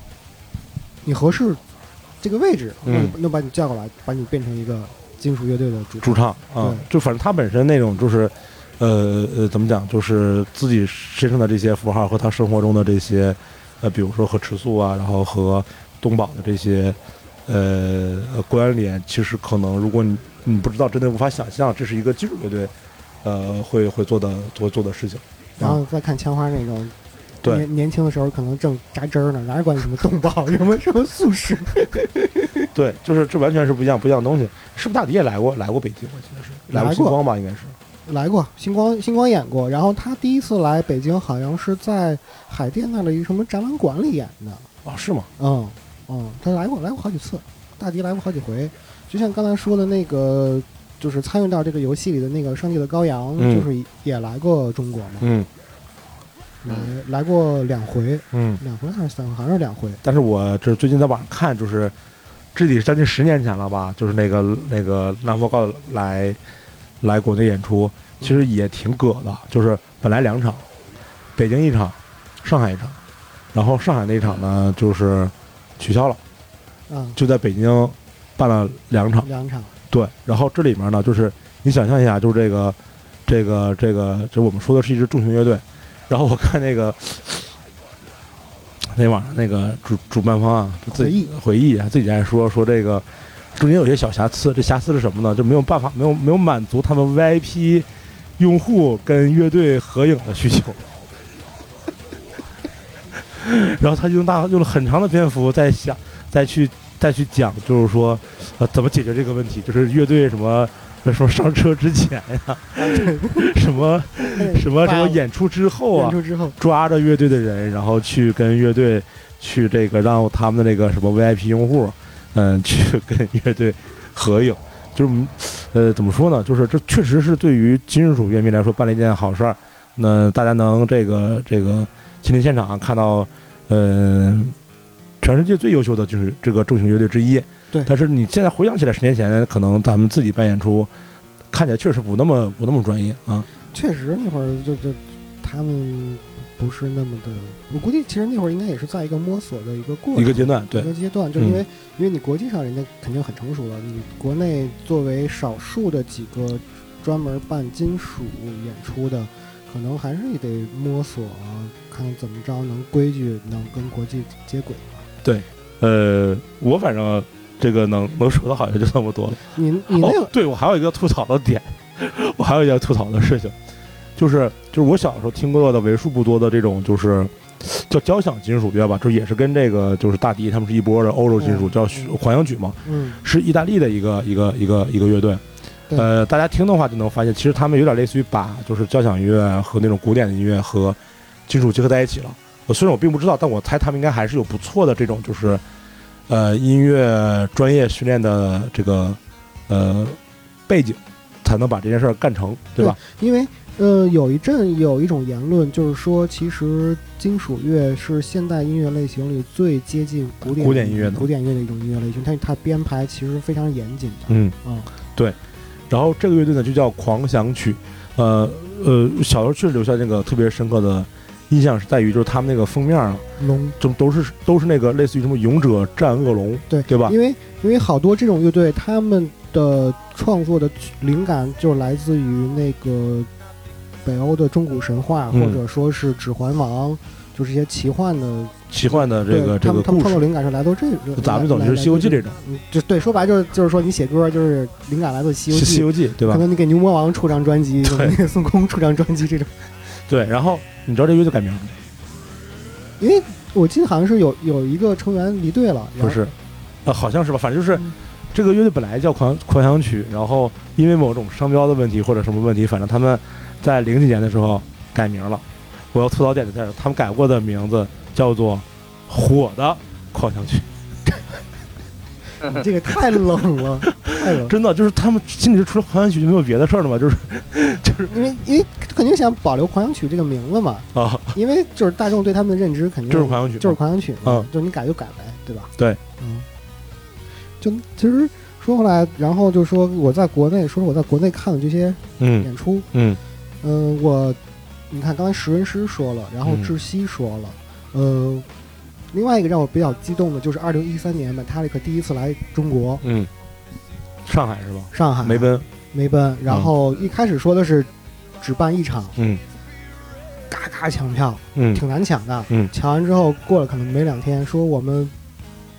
S2: 你合适这个位置，
S3: 嗯
S2: 那就把你叫过来，把你变成一个金属乐队的主
S3: 主
S2: 唱。
S3: 唱啊
S2: 对，
S3: 就反正他本身那种就是，呃呃，怎么讲，就是自己身上的这些符号和他生活中的这些，呃，比如说和吃素啊，然后和东宝的这些，呃，呃关联，其实可能如果你你不知道，真的无法想象，这是一个金属乐队，呃，会会做的做做的事情。
S2: 然后再看枪花那种，
S3: 对
S2: 年年轻的时候可能正扎针儿呢，哪管什么动保， 什么什么素食。
S3: 对，就是这完全是不一样不一样的东西。是不是大迪也来过来过北京？我记得是来过
S2: 来
S3: 星
S2: 过
S3: 光吧，应该是。
S2: 来过星光，星光演过，然后他第一次来北京好像是在海淀那儿的一个什么展览馆里演的。
S3: 哦，是吗？
S2: 嗯，嗯，他来过，来过好几次，大迪来过好几回。就像刚才说的那个，就是参与到这个游戏里的那个《上帝的羔羊》
S3: 嗯
S2: 就是也来过中国嘛，
S3: 嗯
S2: 来来过两回，
S3: 嗯。
S2: 两回还是三回，好像是两回。
S3: 但是我这最近在网上看，就是这得将近十年前了吧，就是那个那个南佛告来来国内演出，其实也挺葛的，就是本来两场，北京一场，上海一场，然后上海那场呢就是取消了，
S2: 嗯，
S3: 就在北京办了两场，
S2: 两场。
S3: 对，然后这里面呢，就是你想象一下，就是这个，这个，这个，就是我们说的是一支重型乐队。然后我看那个，那网上那个主主办方啊，就自己回忆啊，自己还说说这个中间有些小瑕疵，这瑕疵是什么呢？就没有办法，没有没有满足他们 VIP 用户跟乐队合影的需求。 然后他用大用了很长的篇幅在想，再去再去讲，就是说，呃，怎么解决这个问题？就是乐队什么什么上车之前呀、 什么 什么什么演出之后
S2: 演
S3: 啊，
S2: 出之后，
S3: 抓着乐队的人，然后去跟乐队去这个让他们的那个什么 VIP 用户，嗯，去跟乐队合影，就是呃怎么说呢？就是这确实是对于金属乐迷来说办了一件好事儿。那大家能这个这个亲临现场看到，呃，全世界最优秀的就是这个重型乐队之一。
S2: 对
S3: 但是你现在回想起来，十年前可能咱们自己办演出，看起来确实不那么不那么专业啊。
S2: 确实那会儿就就他们不是那么的，我估计其实那会儿应该也是在一个摸索的一个过程
S3: 一个阶段，对嗯
S2: 一，个阶段，就是因为、因为你国际上人家肯定很成熟了，你国内作为少数的几个专门办金属演出的，可能还是得摸索，啊看怎么着能规矩能跟国际接轨吧。
S3: 呃，我反正这个能能说的好像就这么多了。哦
S2: 你你那个、
S3: 哦、对我还有一个吐槽的点， 我还有一件吐槽的事情，就是就是我小时候听过的为数不多的这种就是叫交响金属乐吧，这也是跟这个就是大迪他们是一波的欧洲金属，
S2: 嗯
S3: 叫
S2: 嗯
S3: 狂想曲嘛，
S2: 嗯，
S3: 是意大利的一个一个一个一个乐队。
S2: 对
S3: 呃，大家听的话就能发现，其实他们有点类似于把就是交响乐和那种古典的音乐和金属结合在一起了。我虽然我并不知道，但我猜他们应该还是有不错的这种就是呃音乐专业训练的这个呃背景，才能把这件事儿干成，对吧？
S2: 因为呃，有一阵有一种言论，就是说，其实金属乐是现代音乐类型里最接近古典
S3: 古典音乐的
S2: 古典乐的一种音乐类型，但是它编排其实非常严谨的。
S3: 嗯
S2: 嗯，
S3: 对。然后这个乐队呢就叫狂想曲，呃呃，小时候确实留下那个特别深刻的印象是在于就是他们那个封面啊，
S2: 龙
S3: 就都是都是那个类似于什么勇者战恶龙，
S2: 对
S3: 对吧？
S2: 因为因为好多这种乐队，他们的创作的灵感就是来自于那个北欧的中古神话，
S3: 嗯
S2: 或者说是《指环王》，就是一些奇幻的
S3: 奇幻的这
S2: 对
S3: 个这
S2: 他
S3: 个
S2: 们他们
S3: 故
S2: 创作
S3: 事，
S2: 灵感是来自这个。
S3: 咱们总
S2: 来
S3: 是《西游记》，
S2: 来
S3: 这
S2: 来
S3: 种
S2: 嗯就对，说白就是就是说你写歌就是灵感来自《西游
S3: 《
S2: 记
S3: 西》，游记》，对
S2: 可
S3: 吧？
S2: 能你给牛魔王出张专辑，
S3: 对
S2: 可能你 给孙悟空出张专辑这种。
S3: 对。然后你知道这乐队改名吗？
S2: 因为我记得好像是有有一个成员离队了，然后
S3: 不是，呃，好像是吧，反正就是
S2: 嗯
S3: 这个乐队本来叫狂狂想曲，然后因为某种商标的问题或者什么问题，反正他们在零几年的时候改名了。我要吐槽点就在这儿，他们改过的名字叫做“火的狂想曲
S2: 你嗯这个太冷了，太”，冷。
S3: 真的就是他们心里是除了狂想曲就没有别的事儿了嘛，就是
S2: 因为因为肯定想保留狂想曲这个名字嘛，
S3: 啊，
S2: 因为就是大众对他们的认知肯定
S3: 就是狂想曲，
S2: 就是狂想曲嘛，
S3: 嗯
S2: 就是你改就改呗，对吧？
S3: 对，
S2: 嗯，就其实说回来，然后就说我在国内，说说我在国内看的这些
S3: 嗯
S2: 演出，
S3: 嗯
S2: 嗯、我你看刚才石文师说了，然后
S3: 嗯
S2: 窒息说了，嗯、另外一个让我比较激动的就是二零一三年 Metallica 第一次来中国
S3: 嗯，上海是吧？
S2: 上海
S3: 梅奔，
S2: 梅奔，然后一开始说的是只办一场，
S3: 嗯
S2: 嘎嘎抢票，
S3: 嗯
S2: 挺难抢的。
S3: 嗯
S2: 抢完之后过了可能没两天，说我们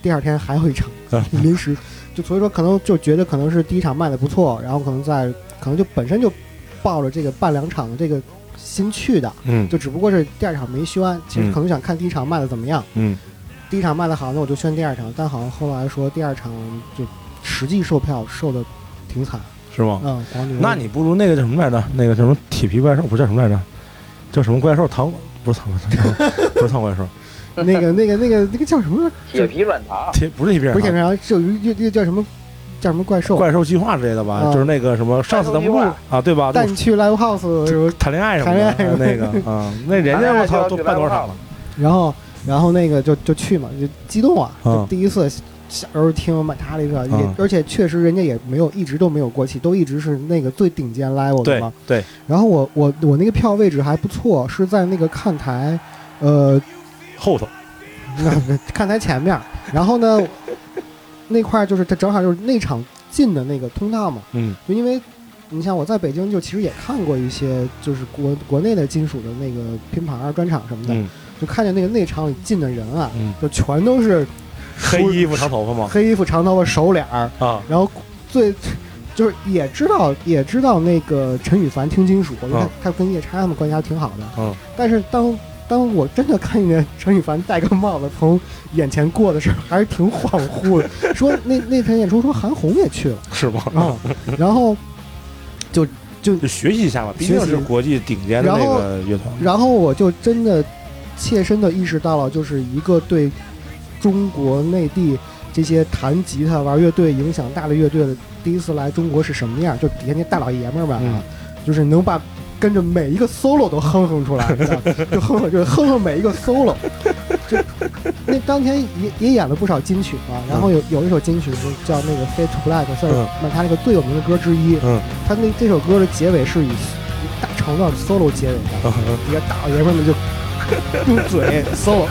S2: 第二天还有一场，
S3: 嗯
S2: 临时就所以说可能就觉得可能是第一场卖的不错，然后可能在可能就本身就抱着这个办两场的这个心去的，
S3: 嗯
S2: 就只不过是第二场没宣，其实可能想看第一场卖的怎么样，
S3: 嗯
S2: 第一场卖的好，那我就宣第二场，但好像后来说第二场就实际售票售的挺惨，
S3: 是吗？
S2: 嗯，黄牛，
S3: 哦啊那你不如那个叫什么来着？那个叫什么铁皮怪兽不是叫什么来着？叫什么怪兽？唐 不是唐怪兽，不是唐怪兽，
S2: 那个那个那个那个叫什么？
S1: 铁皮软糖，
S3: 铁不是铁皮人啊，
S2: 不是铁面上就又又叫什么叫什么怪兽？
S3: 怪兽计划之类的吧？
S2: 啊
S3: 就是那个什么上次咱们录
S1: 怪兽计
S3: 啊，对吧？
S2: 带
S3: 录
S2: 你去 live house 的时候，
S3: 谈恋爱什么的
S2: 谈恋爱
S3: 啊那个啊，那人家我操都办多少了？
S2: 然后然后那个就就去嘛，就激动啊，
S3: 嗯
S2: 就第一次小时候听马塔利克，也
S3: 嗯
S2: 而且确实人家也没有一直都没有过气，都一直是那个最顶尖 level 的
S3: 对
S2: 嘛。
S3: 对，
S2: 然后我我我那个票位置还不错，是在那个看台，呃，
S3: 后头
S2: 那看台前面儿。然后呢， 那块儿就是它正好就是那场进的那个通道嘛。
S3: 嗯
S2: 就因为你像我在北京，就其实也看过一些就是国国内的金属的那个拼盘儿专场什么的，
S3: 嗯
S2: 就看见那个内场里进的人啊，
S3: 嗯，
S2: 就全都是
S3: 黑衣服长头发吗？
S2: 黑衣服、长头发、手脸儿，
S3: 啊，
S2: 然后最 就是也知道也知道那个陈羽凡听金属，因为他
S3: 嗯
S2: 他跟夜叉他们关系还挺好的，
S3: 嗯，
S2: 但是当。当我真的看见陈羽凡戴个帽子从眼前过的时候，还是挺恍惚的。说那那天演出说韩红也去了
S3: 是吗？
S2: 啊、然后
S3: 就学习一下吧，毕竟
S2: 学习
S3: 是国际顶尖的那个乐团。
S2: 然后我就真的切身的意识到了，就是一个对中国内地这些弹吉他、玩乐队影响大的乐队的第一次来中国是什么样，就底下那大老爷们儿们啊，就是能把跟着每一个 solo 都哼哼出来， 你知道吗就哼哼，就是哼哼每一个 solo。就那当天也也演了不少金曲嘛，然后有有一首金曲就叫那个《Fade to Black》，算是
S3: 嗯
S2: 曼他那个最有名的歌之一。
S3: 嗯
S2: 他那这首歌的结尾是以一大长段 solo 结尾的。
S3: 嗯嗯
S2: 一个大老爷们们就 用嘴 solo。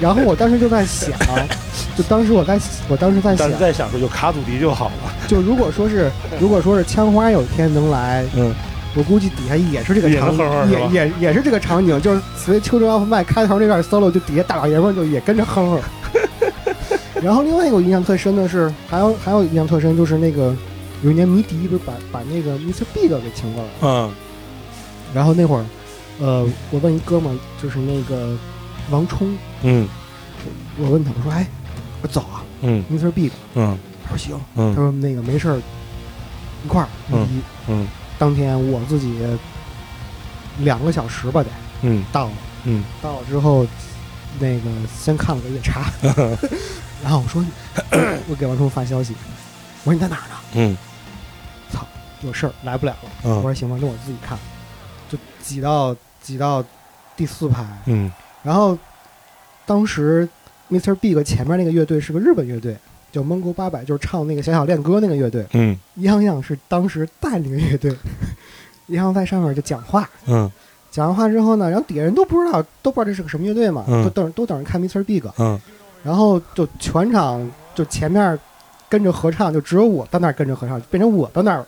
S2: 然后我当时就在想，啊 就当时我在，我当时在想
S3: 但是，在想说有卡祖笛就好了，
S2: 就如果说是，如果说是枪花有一天能来，
S3: 嗯，
S2: 我估计底下也是这个
S3: 也
S2: 场
S3: 能哼
S2: 景，
S3: 哼是
S2: 也
S3: 吧
S2: 也也是这个场景，就是所谓《秋州 off 麦》开头那段 solo，就底下大老爷们儿就也跟着 哼哼。然后另外一个我印象特深的是，还有还有印象特深就是那个有一年迷笛不是把把那个 Mr Big 给请过来，
S3: 嗯
S2: 然后那会儿，呃，我问一哥们儿，就是那个王冲，
S3: 嗯
S2: 我问他我说哎，我走啊
S3: 嗯
S2: ，Mr Big，
S3: 嗯
S2: 他说行，他
S3: 嗯
S2: 说那个没事儿，一块儿
S3: 嗯
S2: 迷笛
S3: 嗯
S2: 当天我自己两个小时吧得
S3: 嗯
S2: 到了，
S3: 嗯，
S2: 到了之后，那个先看了个夜 叉，然后我说， 我给王冲发消息，我说你在哪儿呢？
S3: 嗯
S2: 有事儿来不了了。我
S3: 嗯
S2: 说行吧，那我自己看，就挤到挤到第四排，
S3: 嗯
S2: 然后当时 Mr. Big 前面那个乐队是个日本乐队。叫蒙古八百，就是唱那个《小小恋歌》那个乐队，
S3: 嗯
S2: 央央是当时带那个乐队， 央央在上面就讲话，
S3: 嗯
S2: 讲完话之后呢，然后底下人都不知道，都不知道这是个什么乐队嘛，
S3: 嗯
S2: 都等都等着看 Mr. Big，
S3: 嗯
S2: 然后就全场就前面跟着合唱，就只有我到那儿跟着合唱，变成我到那儿。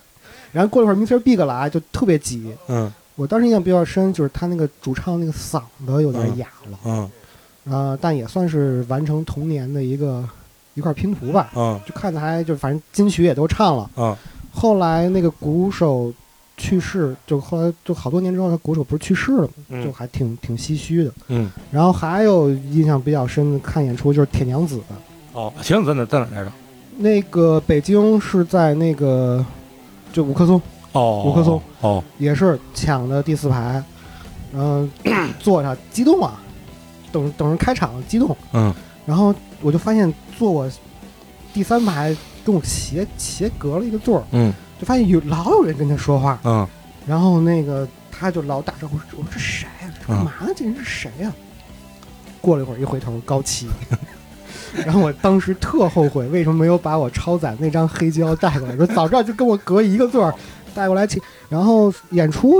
S2: 然后过一会儿 Mr. Big 来，就特别挤。
S3: 嗯
S2: 我当时印象比较深，就是他那个主唱那个嗓子有点哑了，
S3: 嗯
S2: 呃，但也算是完成童年的一个一块拼图吧。
S3: 嗯
S2: 就看着还就反正金曲也都唱了。
S3: 嗯
S2: 后来那个鼓手去世，就后来就好多年之后，他鼓手不是去世了吗？就还挺挺唏嘘的。
S3: 嗯
S2: 然后还有印象比较深的看演出就是铁娘子的，
S3: 哦，行，在哪在哪来着？
S2: 那个北京是在那个就五棵松，
S3: 哦，哦，
S2: 也是抢的第四排，然后 坐着激动啊，等等人开场激动，
S3: 嗯
S2: 然后我就发现坐我第三排跟我斜斜隔了一个座儿，
S3: 嗯
S2: 就发现有老有人跟他说话，
S3: 嗯
S2: 然后那个他就老打招呼，我说这谁呀、这干嘛呢？这人是谁呀、过了一会儿一回头，高旗。 然后我当时特后悔，为什么没有把我超载那张黑胶带过来？说早知道就跟我隔一个座儿带过来请。然后演出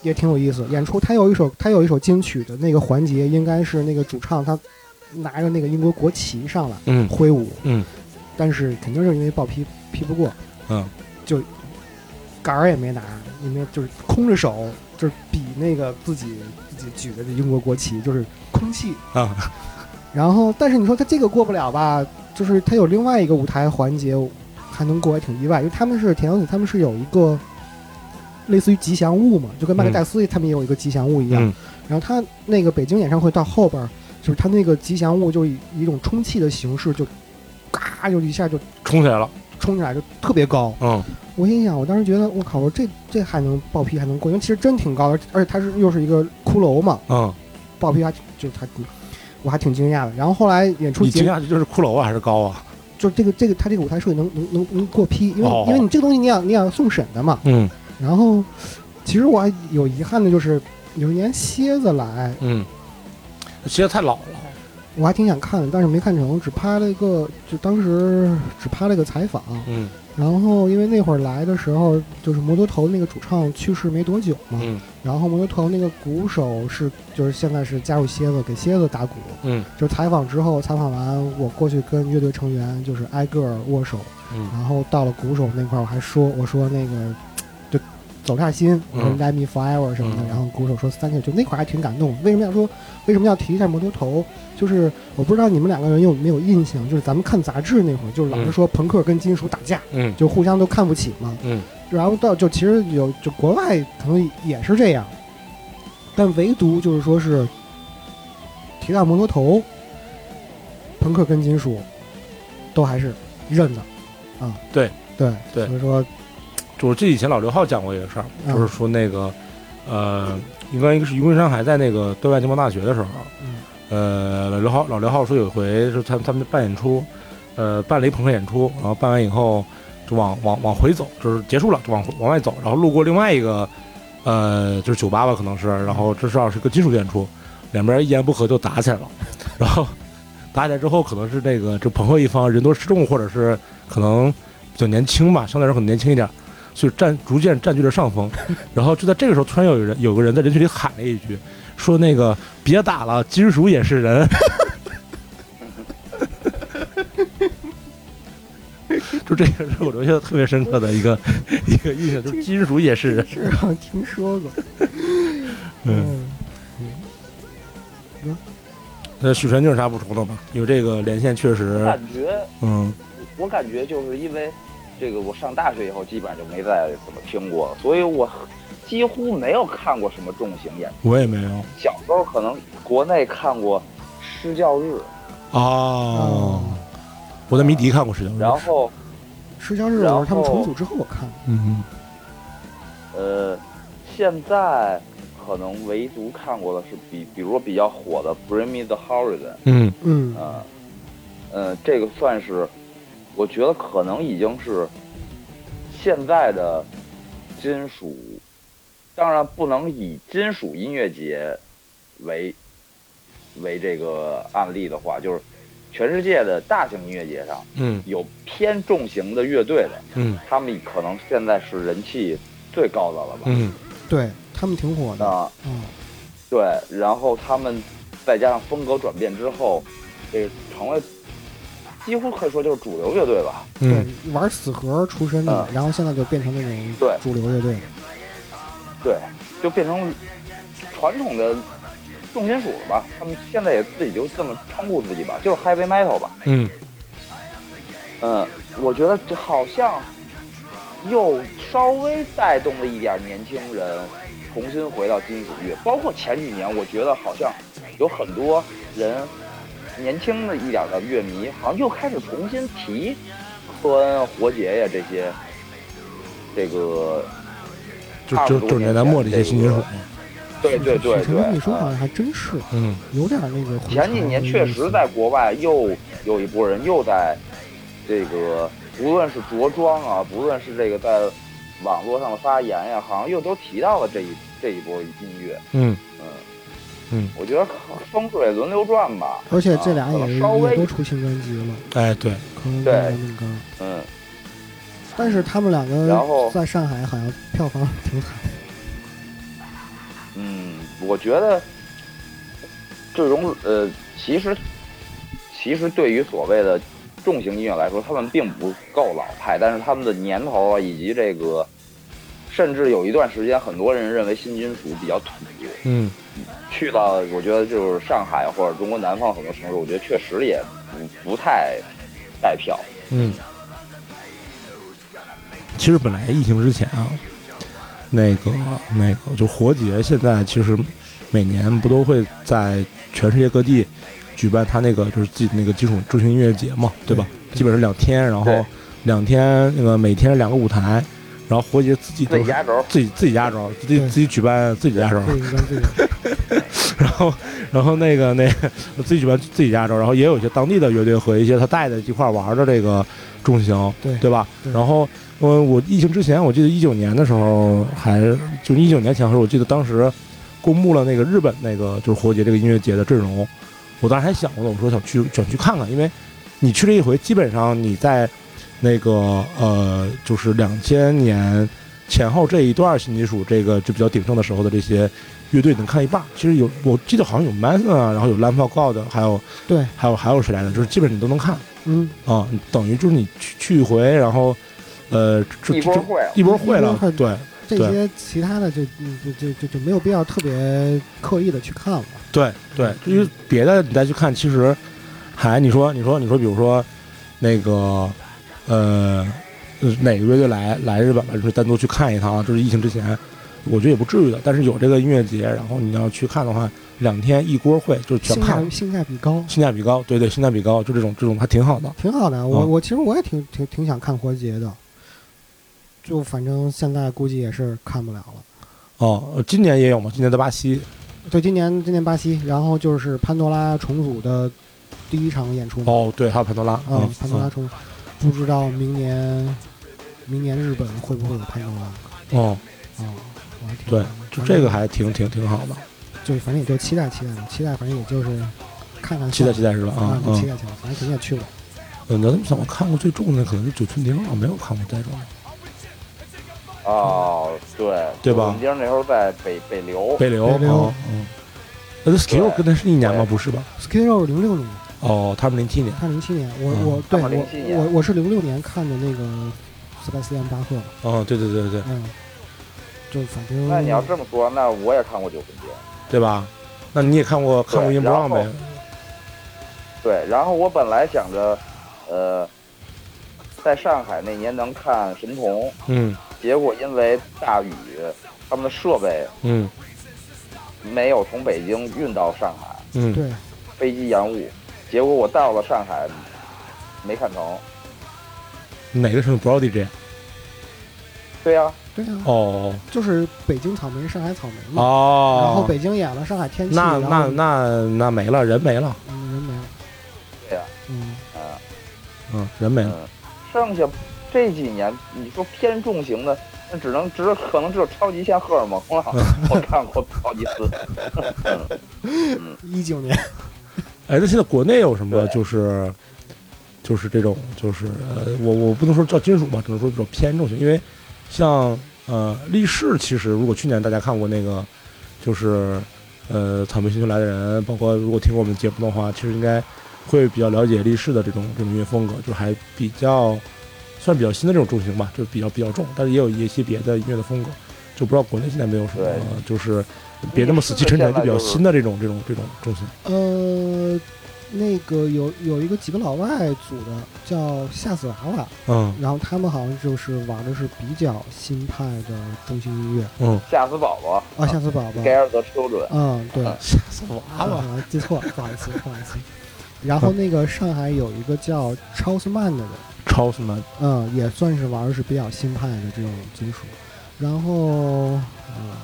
S2: 也挺有意思，演出他有一首他有一首金曲的那个环节，应该是那个主唱他拿着那个英国国旗上来
S3: 嗯
S2: 挥舞，
S3: 嗯
S2: 但是肯定是因为报批批不过，
S3: 嗯，
S2: 就杆儿也没拿，因为就是空着手，就是比那个自己自己举的这英国国旗，就是空气。
S3: 啊
S2: 然后，但是你说他这个过不了吧，就是他有另外一个舞台环节还能过，还挺意外，因为他们是田小子，他们是有一个类似于吉祥物嘛，就跟麦克戴斯他们也有一个吉祥物一样。
S3: 嗯
S2: 然后他那个北京演唱会到后边儿，就是他那个吉祥物就是以一种充气的形式就，嘎就一下就
S3: 冲起来了，
S2: 冲起来，就特别高。
S3: 嗯
S2: 我心想，我当时觉得，我靠，我这这还能爆皮还能过，因为其实真挺高的，而且它是又是一个骷髅嘛，
S3: 嗯，
S2: 爆皮还就还挺，我还挺惊讶的。然后后来演出
S3: 你惊
S2: 结，
S3: 讶就是骷髅啊还是高啊？
S2: 就是这个这个他这个舞台设计能能能能过批，因为、
S3: 哦
S2: 因为你这个东西你要你要送审的嘛。
S3: 嗯
S2: 然后其实我还有遗憾的就是，有一年蝎子来，
S3: 嗯，其实太老了，
S2: 我还挺想看的，但是没看成，只拍了一个，就当时只拍了一个采访。
S3: 嗯
S2: 然后因为那会儿来的时候，就是摩托头那个主唱去世没多久嘛。
S3: 嗯
S2: 然后摩托头那个鼓手是，就是现在是加入蝎子，给蝎子打鼓。
S3: 嗯
S2: 就是采访之后，采访完我过去跟乐队成员就是挨个儿握手，
S3: 嗯
S2: 然后到了鼓手那块儿，我还说我说那个就走下心，我说
S3: 嗯
S2: Let Me Forever 什么的。
S3: 嗯
S2: 然后鼓手说 Thank you，就那块儿还挺感动。为什么要说为什么要提一下摩托头？就是我不知道你们两个人有没有印象，就是咱们看杂志那会儿，就是老是
S3: 嗯
S2: 说朋克跟金属打架，
S3: 嗯
S2: 就互相都看不起嘛。
S3: 嗯
S2: 然后到就其实有就国外可能也是这样，但唯独就是说是提到摩托头，朋克跟金属都还是认的啊。
S3: 对
S2: 对
S3: 对
S2: 所以说
S3: 就是这以前老刘浩讲过一个事儿，就是说那个，呃，应该应该是于文山还在那个对外经贸大学的时候，
S2: 嗯
S3: 呃，老刘浩老刘浩说有一回是他们他们办演出，呃，办了一朋克演出，然后办完以后就往往往回走，就是结束了就往回往外走，然后路过另外一个，呃，就是酒吧吧可能是，然后至少是个金属演出，两边一言不合就打起来了， 然后打起来之后可能是那个就朋克一方人多势众，或者是可能比较年轻吧，相对来说可能年轻一点。就占逐渐占据了上 风。然后就在这个时候，突然有人有个人在人群里喊了一句，说那个别打了，金属也是人。 这个是我留下特别深刻的一个 一个印象，就是金属也是，
S2: 是好像听说过。
S3: 嗯，
S2: 嗯，
S3: 那许晨有啥补充的吗？因为这个连线确实，
S1: 感觉
S3: 嗯
S1: 我感觉就是因为这个，我上大学以后基本上就没再怎么听过，所以我几乎没有看过什么重型演出。
S3: 我也没有
S1: 小时候可能国内看过《施教日
S3: 哦，我在迷笛看过《石头》，
S1: 然后
S2: 失焦日
S1: 然
S2: 我
S1: 后
S2: 是他们重组之后我看的，
S3: 嗯
S1: 呃，现在可能唯独看过的是比，比如说比较火的《Bring Me the Horizon
S3: 嗯》
S2: 嗯，
S1: 啊、呃，这个算是，我觉得可能已经是现在的金属，当然不能以金属音乐节为为这个案例的话，就是全世界的大型音乐节上
S3: 嗯
S1: 有偏重型的乐队的，
S3: 嗯
S1: 他们可能现在是人气最高的了吧？
S3: 嗯
S2: 对他们挺火的，
S1: 啊，
S2: 嗯，
S1: 对，然后他们再加上风格转变之后，这成为几乎可以说就是主流乐队吧。
S3: 嗯
S2: 对，玩死核出身的
S1: 啊，
S2: 然后现在就变成那种
S1: 对
S2: 主流乐队了，
S1: 对，就变成传统的重金属了吧。他们现在也自己就这么称呼自己吧，就是 heavy metal 吧。
S3: 嗯
S1: 嗯，我觉得这好像又稍微带动了一点年轻人重新回到金属乐，包括前几年，我觉得好像有很多人年轻的一点的乐迷，好像又开始重新提科恩、活结呀这些这个，
S3: 就就就是年代末这些新金属，
S1: 对对对
S2: 许晨这么
S1: 对
S2: 一，说
S1: 嗯
S2: 好像还真是
S3: 嗯
S2: 有点那个回
S1: 前几
S2: 潮
S1: 年
S2: 的
S1: 确
S2: 意
S1: 实
S2: 思
S1: 在国外又有一波人又在这个，无论是着装啊，不论是这个在网络上的发言呀、好像又都提到了这一这一波音乐。
S3: 嗯
S1: 嗯
S3: 嗯，
S1: 我觉得风水轮流转吧。
S2: 而且这俩
S1: 啊可
S2: 也
S1: 能
S2: 是
S1: 稍
S2: 也
S1: 微
S2: 都出新专辑了，
S3: 哎对，
S2: 可能
S1: 对
S2: 跟那个，
S1: 嗯，
S2: 但是他们两
S1: 然后
S2: 个在上海好像票房 挺惨，
S1: 嗯，我觉得这种呃，其实其实对于所谓的重型音乐来说，他们并不够老派，但是他们的年头啊，以及这个，甚至有一段时间，很多人认为新金属比较土。
S3: 嗯
S1: 去到我觉得就是上海或者中国南方很多城市，我觉得确实也不不太带票。
S3: 嗯，其实本来疫情之前啊，那个那个就活节现在其实每年不都会在全世界各地举办他那个就是自己那个基础中型音乐节嘛，对吧？基本上两天，然后
S1: 对
S3: 两天那个每天两个舞台，然后活节自己
S1: 自
S3: 都
S1: 己
S3: 是
S1: 压轴，
S3: 自己自己压轴，自己
S2: 对
S3: 自己举办自己压轴，
S2: 这一张这个，
S3: 然后，然后那个那个自己举办自己压轴，然后也有一些当地的乐队和一些他带的一块玩的这个重型，
S2: 对
S3: 对吧？
S2: 对
S3: 然后，嗯，我疫情之前，我记得一九年的时候还，就一九年前后，我记得当时公布了那个日本那个就是活节这个音乐节的阵容，我当时还想过呢，我说想去想去看看，因为你去这一回，基本上你在那个呃，就是两千年前后这一段新金属这个就比较鼎盛的时候的这些乐队能看一半儿。其实有，我记得好像有 Manson 啊，然后有 Lamb of God，还有
S2: 对，
S3: 还有还有谁来着？就是基本上你都能看
S2: 嗯，
S3: 啊、你等于就是你去去一回，然后呃，这
S1: 一波
S3: 这
S1: 会了
S3: 一波会
S2: 一波
S3: 了
S2: 会，
S3: 对
S2: 这
S3: 对
S2: 些其他的就嗯就就就就没有必要特别刻意的去看了，
S3: 对对，因为别的你再去看，其实还你说你说你说，比如说那个呃呃哪个乐队来来日本了，就是单独去看一趟啊，这是疫情之前，我觉得也不至于的。但是有这个音乐节，然后你要去看的话，两天一锅烩，就是全
S2: 性
S3: 看
S2: 价
S3: 了，
S2: 性价比高，
S3: 性价比高，对对，性价比高，就这种这种还挺好的。
S2: 挺好的。我、
S3: 啊
S2: 我其实我也挺挺挺想看活结的，就反正现在估计也是看不了了。
S3: 哦，呃今年也有嘛，今年在巴西，
S2: 对，今年今年巴西，然后就是潘多拉重组的第一场演出嘛，
S3: 哦对，还有潘多拉，
S2: 啊、
S3: 嗯
S2: 潘多拉
S3: 嗯
S2: 重，组，不知道明年明年日本会不会有潘多拉啊、
S3: 哦，
S2: 我还挺
S3: 对，就这个
S2: 反
S3: 还挺挺挺好的，
S2: 正就反正也就期待期待吧，期待反正也就是看看
S3: 期待
S2: 算
S3: 期待是吧？
S2: 了
S3: 啊
S2: 啊，
S3: 嗯
S2: 期。待期待，反正肯定也去不了。
S3: 呃，你要这么想，我看过最重的可能是九寸钉了，没有看过带装。
S1: 哦，对，
S3: 对吧
S1: 我们今儿那时候在北北流，
S3: 北流，
S2: 北流
S3: 哦哦嗯，那 s k i l
S1: 对
S3: 跟他是一年吗？
S1: 对
S3: 不是吧？
S2: Skid Row 零六年，
S3: 哦，他们零七年，
S2: 他零七年，我、
S3: 嗯
S2: 我
S1: 他
S2: 对
S1: 们
S2: 我
S1: 07年
S2: 我我是零六年看的那个斯巴斯蒂安巴赫，
S3: 哦，对对对对
S2: 嗯，就反正
S1: 那你要这么说，那我也看过九分街。
S3: 对吧？那你也看过看过
S1: 对
S3: 音不让
S1: 然后
S3: 呗？
S1: 对，然后我本来想着，呃，在上海那年能看神童，
S3: 嗯
S1: 结果因为大雨，他们的设备
S3: 嗯
S1: 没有从北京运到上海，
S3: 嗯，
S2: 对，
S1: 飞机延误，结果我到了上海，没看成。
S3: 哪个城市不要 DJ？
S1: 对呀、
S2: 对啊，
S3: 哦
S2: 就是北京草莓，上海草莓嘛。
S3: 哦，
S2: 然后北京演了，上海天气，
S3: 那
S2: 然后
S3: 那那那没了，人没了，
S2: 嗯人没了，
S1: 对呀、
S2: 嗯，
S1: 啊，
S3: 嗯，人没
S1: 嗯、
S3: 了，
S1: 剩下这几年，你说偏重型的，那只能只可能只有超级像荷尔蒙了。我看过好几次，嗯
S2: 一九年，
S3: 哎，那现在国内有什么
S1: 对
S3: 就是就是这种就是呃，我我不能说叫金属吧，只能说比较偏重型，因为像呃力士，其实如果去年大家看过那个就是呃草莓星球来的人，包括如果听过我们节目的话，其实应该会比较了解力士的这种这种音乐风格，就是还比较算比较新的这种重型吧，就是比较比较重，但是也有一些别的音乐的风格，就不知道国内现在没有什么
S1: 对
S3: 就是。别那么死气沉沉，
S1: 力士现在就
S3: 就比较
S1: 是
S3: 新的这种这种这种重型。
S2: 呃，那个有有一个几个老外组的叫吓死娃娃，
S3: 嗯
S2: 然后他们好像就是玩的是比较新派的中心音乐
S3: 嗯，
S1: 吓死宝宝
S2: 啊，吓死宝宝，
S1: ，Scare the Children。
S2: 嗯，对，
S3: 吓死娃
S2: 啊，！记错了，不好意思，不好意思。然后那个上海有一个叫超斯曼的人，
S3: 超什么？
S2: 嗯，也算是玩的是比较新派的这种金属。然后呃，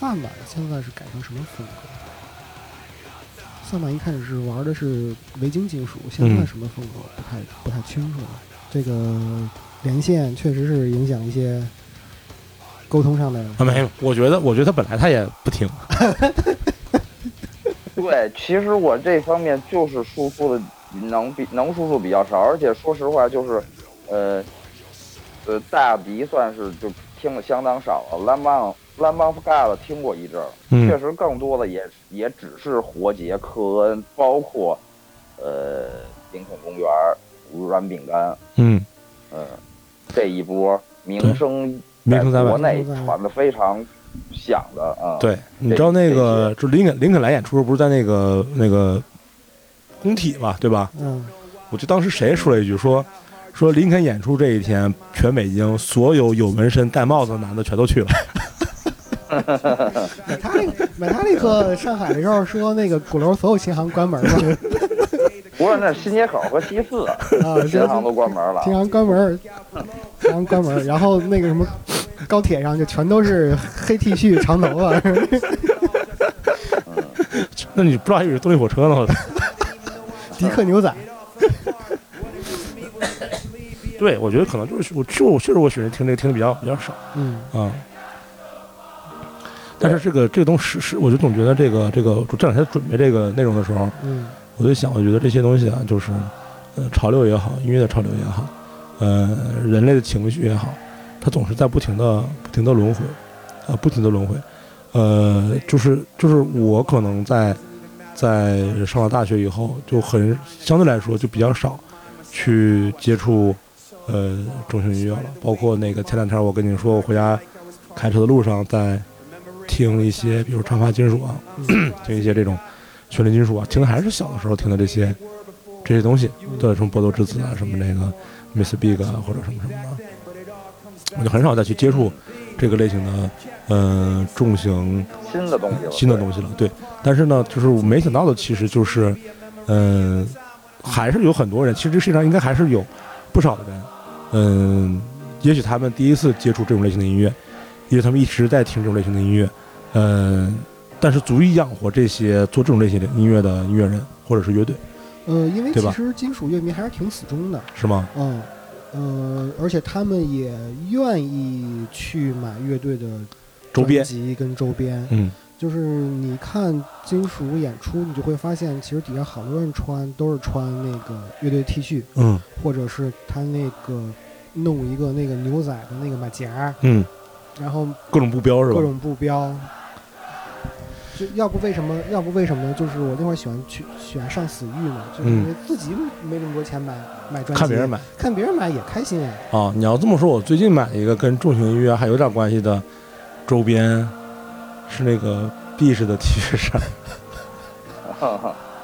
S2: 萨满现在是改成什么风格？萨满一开始是玩的是维京金属，现在
S3: 嗯
S2: 什么风格不太不太清楚了。这个连线确实是影响一些沟通上的。
S3: 啊，没有，我觉得，我觉得他本来他也不听。
S1: 对，其实我这方面就是输出的能比能输出比较少，而且说实话就是，呃，呃，大迪算是就听的相当少了，蓝邦蓝邦 God 听过一阵儿，
S3: 嗯
S1: 确实更多的也也只是活结、科恩，包括呃林肯公园、软饼干，
S3: 嗯，
S1: 嗯、这一波名声
S3: 名声在
S1: 国
S3: 外。
S1: 内传的非常响的啊，嗯，
S3: 对，你知道那个，就林肯林肯来演出时候不是在那个那个工体嘛，对吧？
S2: 嗯，
S3: 我记得当时谁说了一句说说林肯演出这一天，全北京所有有纹身、戴帽子的男的全都去了。
S2: 买他那个买他那个上海的时候说那个鼓楼所有琴行关门了，
S1: 无论那是新街口和西 四，
S2: 啊
S1: 银行都关门了。
S2: 经常关门儿，经常关门儿，然后那个什么高铁上就全都是黑 T 恤、长头发，
S3: 那你不知道还以为是动力火车呢？
S2: 迪克牛仔。
S3: 对，我觉得可能就是我确我确实我选人听这个听的比较比较少。
S2: 嗯，
S3: 啊。但是这个这个东西是是，我就总觉得这个这个这两天准备这个内容的时候，
S2: 嗯，
S3: 我就想，我觉得这些东西啊，就是呃潮流也好，音乐的潮流也好，呃人类的情绪也好，它总是在不停的不停的轮回，啊，不停的轮回，呃，就是就是我可能在在上了大学以后，就很相对来说就比较少去接触呃重型音乐了，包括那个前两天我跟你说，我回家开车的路上在听一些，比如长发金属啊， 听一些这种旋律金属啊，听的还是小的时候听的这些这些东西，对，什么《搏斗之子》啊，什么那个 Miss Big 啊，或者什么什么的，我就很少再去接触这个类型的呃重型
S1: 新的东西了，
S3: 新的东西了，对。但是呢，就是我没想到的，其实就是，嗯、还是有很多人，其实这世界上应该还是有不少的人，嗯、也许他们第一次接触这种类型的音乐，也许他们一直在听这种类型的音乐，嗯、但是足以养活这些做这种类型的音乐的音乐人或者是乐队，
S2: 呃，因为
S3: 对吧
S2: 其实金属乐迷还是挺死忠的，
S3: 是吗？
S2: 嗯，呃，而且他们也愿意去买乐队的
S3: 周边
S2: 专辑跟周边，
S3: 嗯
S2: 就是你看金属演出，你就会发现，其实底下好多人穿都是穿那个乐队 T 恤，
S3: 嗯
S2: 或者是他那个弄一个那个牛仔的那个马甲，
S3: 嗯，
S2: 然后
S3: 各种目标是吧？
S2: 各种布标，就要不为什么，要不为什么呢？就是我那会儿喜欢去喜欢上死狱嘛，就是因为自己没那么多钱买买专辑，
S3: 嗯看别人买
S2: 看别人买也开心呀、
S3: 啊。你要这么说，我最近买了一个跟重型音乐还有点关系的周边，是那个 B 式的 T 恤衫，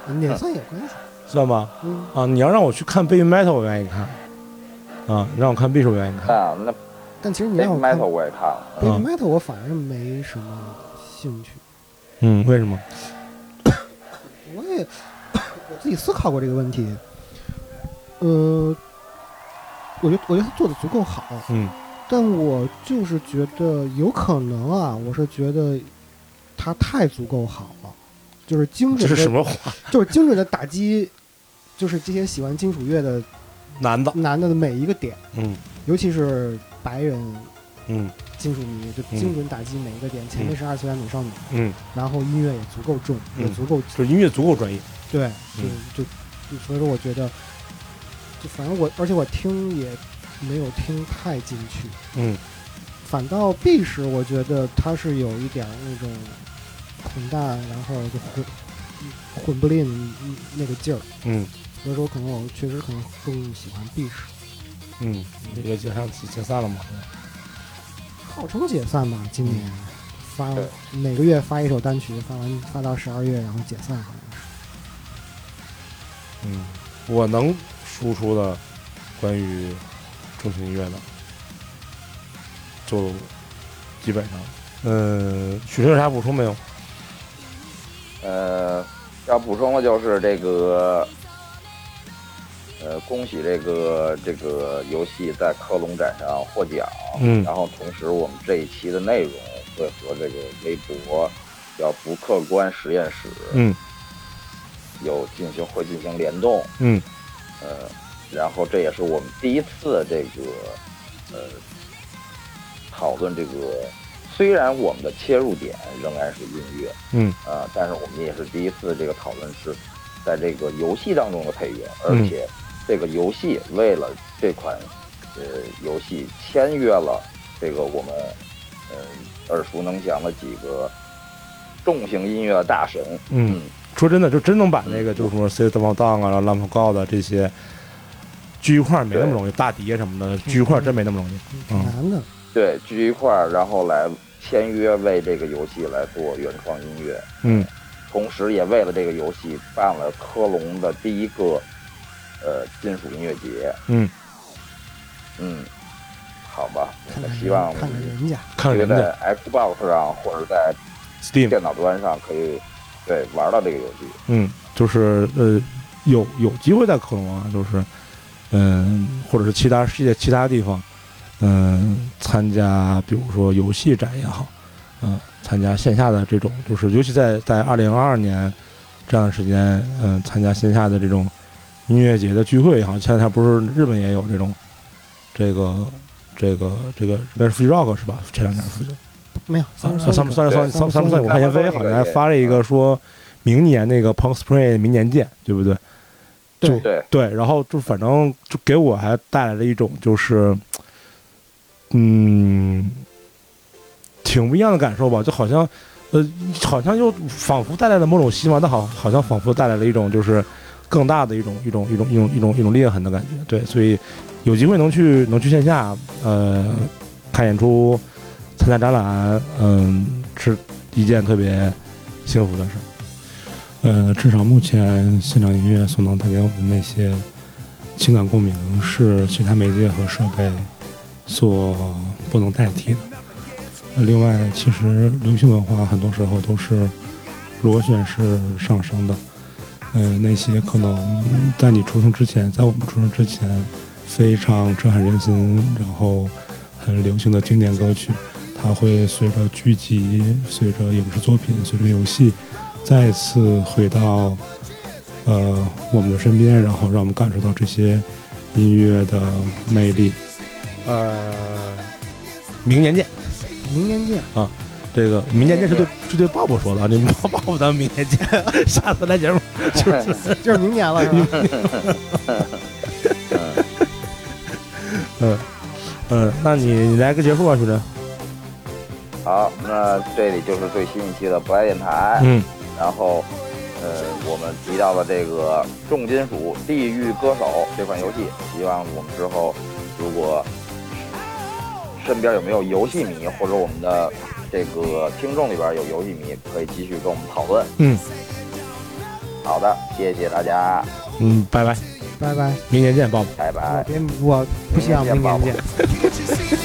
S3: 嗯
S2: 也算有关系。
S3: 算吧。
S2: 嗯，
S3: 啊，你要让我去看 Baby Metal，我愿意看。啊，你让我看 B 式，我愿意看。
S1: 啊，那
S2: 但其实你
S1: Big
S2: 让我看
S1: Metal 我也看了，
S2: Baby
S3: 嗯
S2: Metal，我反而没什么兴趣。
S3: 嗯，为什么？
S2: 我也我自己思考过这个问题。呃，我觉得我觉得他做的足够好，
S3: 嗯
S2: 但我就是觉得有可能啊，我是觉得他太足够好了，就是精
S3: 这
S2: 准
S3: 是什
S2: 的，
S3: 么话？
S2: 就是精准的打击，就是这些喜欢金属乐的
S3: 男的。
S2: 男的的每一个点，
S3: 嗯
S2: 尤其是白人
S3: 嗯
S2: 金属迷，就
S3: 嗯
S2: 精准打击每一个点。前面是二次元美少女，
S3: 嗯，
S2: 然后音乐也足够重，也
S3: 嗯
S2: 足够
S3: 就是音乐足够专业。
S2: 对，就
S3: 嗯
S2: 就就所以说，我觉得，就反正我，而且我听也没有听太进去，
S3: 嗯
S2: 反倒 B 时，我觉得它是有一点儿那种混蛋，然后就混混不吝那个劲儿，
S3: 嗯
S2: 所以说可能我确实可能更喜欢 B 时，
S3: 嗯，这个解散解散了嘛？
S2: 号称解散吧，今年发
S1: 对
S2: 每个月发一首单曲，发完发到十二月，然后解散好像是。
S3: 嗯，我能输出的关于重型音乐的，就基本上，嗯，许晨有啥补充没有？
S1: 呃，要补充的就是这个，呃，恭喜这个这个游戏在科隆展上获奖。
S3: 嗯
S1: 然后同时我们这一期的内容会和这个微博叫“不客观实验室”
S3: 嗯
S1: 有进行会进行联动。
S3: 嗯
S1: 呃，然后这也是我们第一次这个呃讨论这个，虽然我们的切入点仍然是音乐。
S3: 嗯
S1: 呃，但是我们也是第一次这个讨论是在这个游戏当中的配乐，而
S3: 嗯
S1: 且这个游戏为了这款呃游戏签约了这个我们呃耳熟能详的几个重型音乐大神，
S3: 嗯，说真的，就真能把那个就是什么 System of a Down 啊，然后 Lamb of God 啊这些聚一块儿没那么容易，大碟什么的聚一块儿真没那么容易。
S2: 嗯
S3: 嗯
S2: 挺难的，
S1: 对，聚一块儿，然后来签约为这个游戏来做原创音乐，
S3: 嗯
S1: 同时也为了这个游戏办了科隆的第一个呃金属音乐节，
S3: 嗯，
S1: 嗯，好吧，
S2: 看
S1: 那
S2: 看
S1: 希望
S2: 人看看人家，
S3: 看
S1: 觉
S3: 人
S1: 得
S3: 家
S1: 在 Xbox 上或者在
S3: Steam，
S1: 电脑端上可以对玩到这个游戏。
S3: 嗯，就是呃，有有机会在科隆啊，就是嗯、或者是其他世界其他地方，嗯、参加比如说游戏展也好，嗯、参加线下的这种，就是尤其在在二零二二年这样的时间，嗯、参加线下的这种音乐节的聚会也好，前两天不是日本也有这种这个。这个这个应该是 Free Rock 是吧？这两天是
S2: 没有
S3: 啊
S2: 三十三
S3: 三三三三三三三五块钱飞，好像还发了一个说明年那个 Punk Spring 明年见，对不对？
S2: 对
S3: 就
S1: 对，
S3: 对，然后就反正就给我还带来了一种就是，嗯，挺不一样的感受吧，就好像，呃，好像又仿佛带来了某种希望，但好好像仿佛带来了一种就是更大的一种一种一种一种一种一种裂痕的感觉。对，所以有机会能去能去线下，呃，看演出，参加展览，嗯，是一件特别幸福的事儿。呃，至少目前现场音乐所能带给我们那些情感共鸣，是其他媒介和设备所不能代替的。呃另外，其实流行文化很多时候都是螺旋式上升的。呃，那些可能在你出生之前，在我们出生之前，非常震撼人心，然后很流行的经典歌曲，它会随着剧集、随着影视作品、随着游戏，再次回到呃我们的身边，然后让我们感受到这些音乐的魅力。呃，明年见。
S2: 明年见。
S3: 啊这个明年见是对是对鲍勃说的，啊，你们鲍鲍勃咱们明年见， 下次来节目就是
S2: 就是明年了，是
S1: 哎
S2: 吧？
S3: 呃嗯嗯，那你你来个结束吧，徐晨。
S1: 好，那这里就是最新一期的不来电台。
S3: 嗯，
S1: 然后，呃，我们提到了这个《重金属地狱歌手》这款游戏，希望我们之后如果身边有没有游戏迷，或者我们的这个听众里边有游戏迷，可以继续跟我们讨论。
S3: 嗯
S1: 好的，谢谢大家，
S3: 嗯，拜拜，
S2: 拜拜。
S3: 明年见，鲍勃。
S1: 拜拜
S2: 我。别，我不希望明年见。
S1: 哎
S4: Can't you see?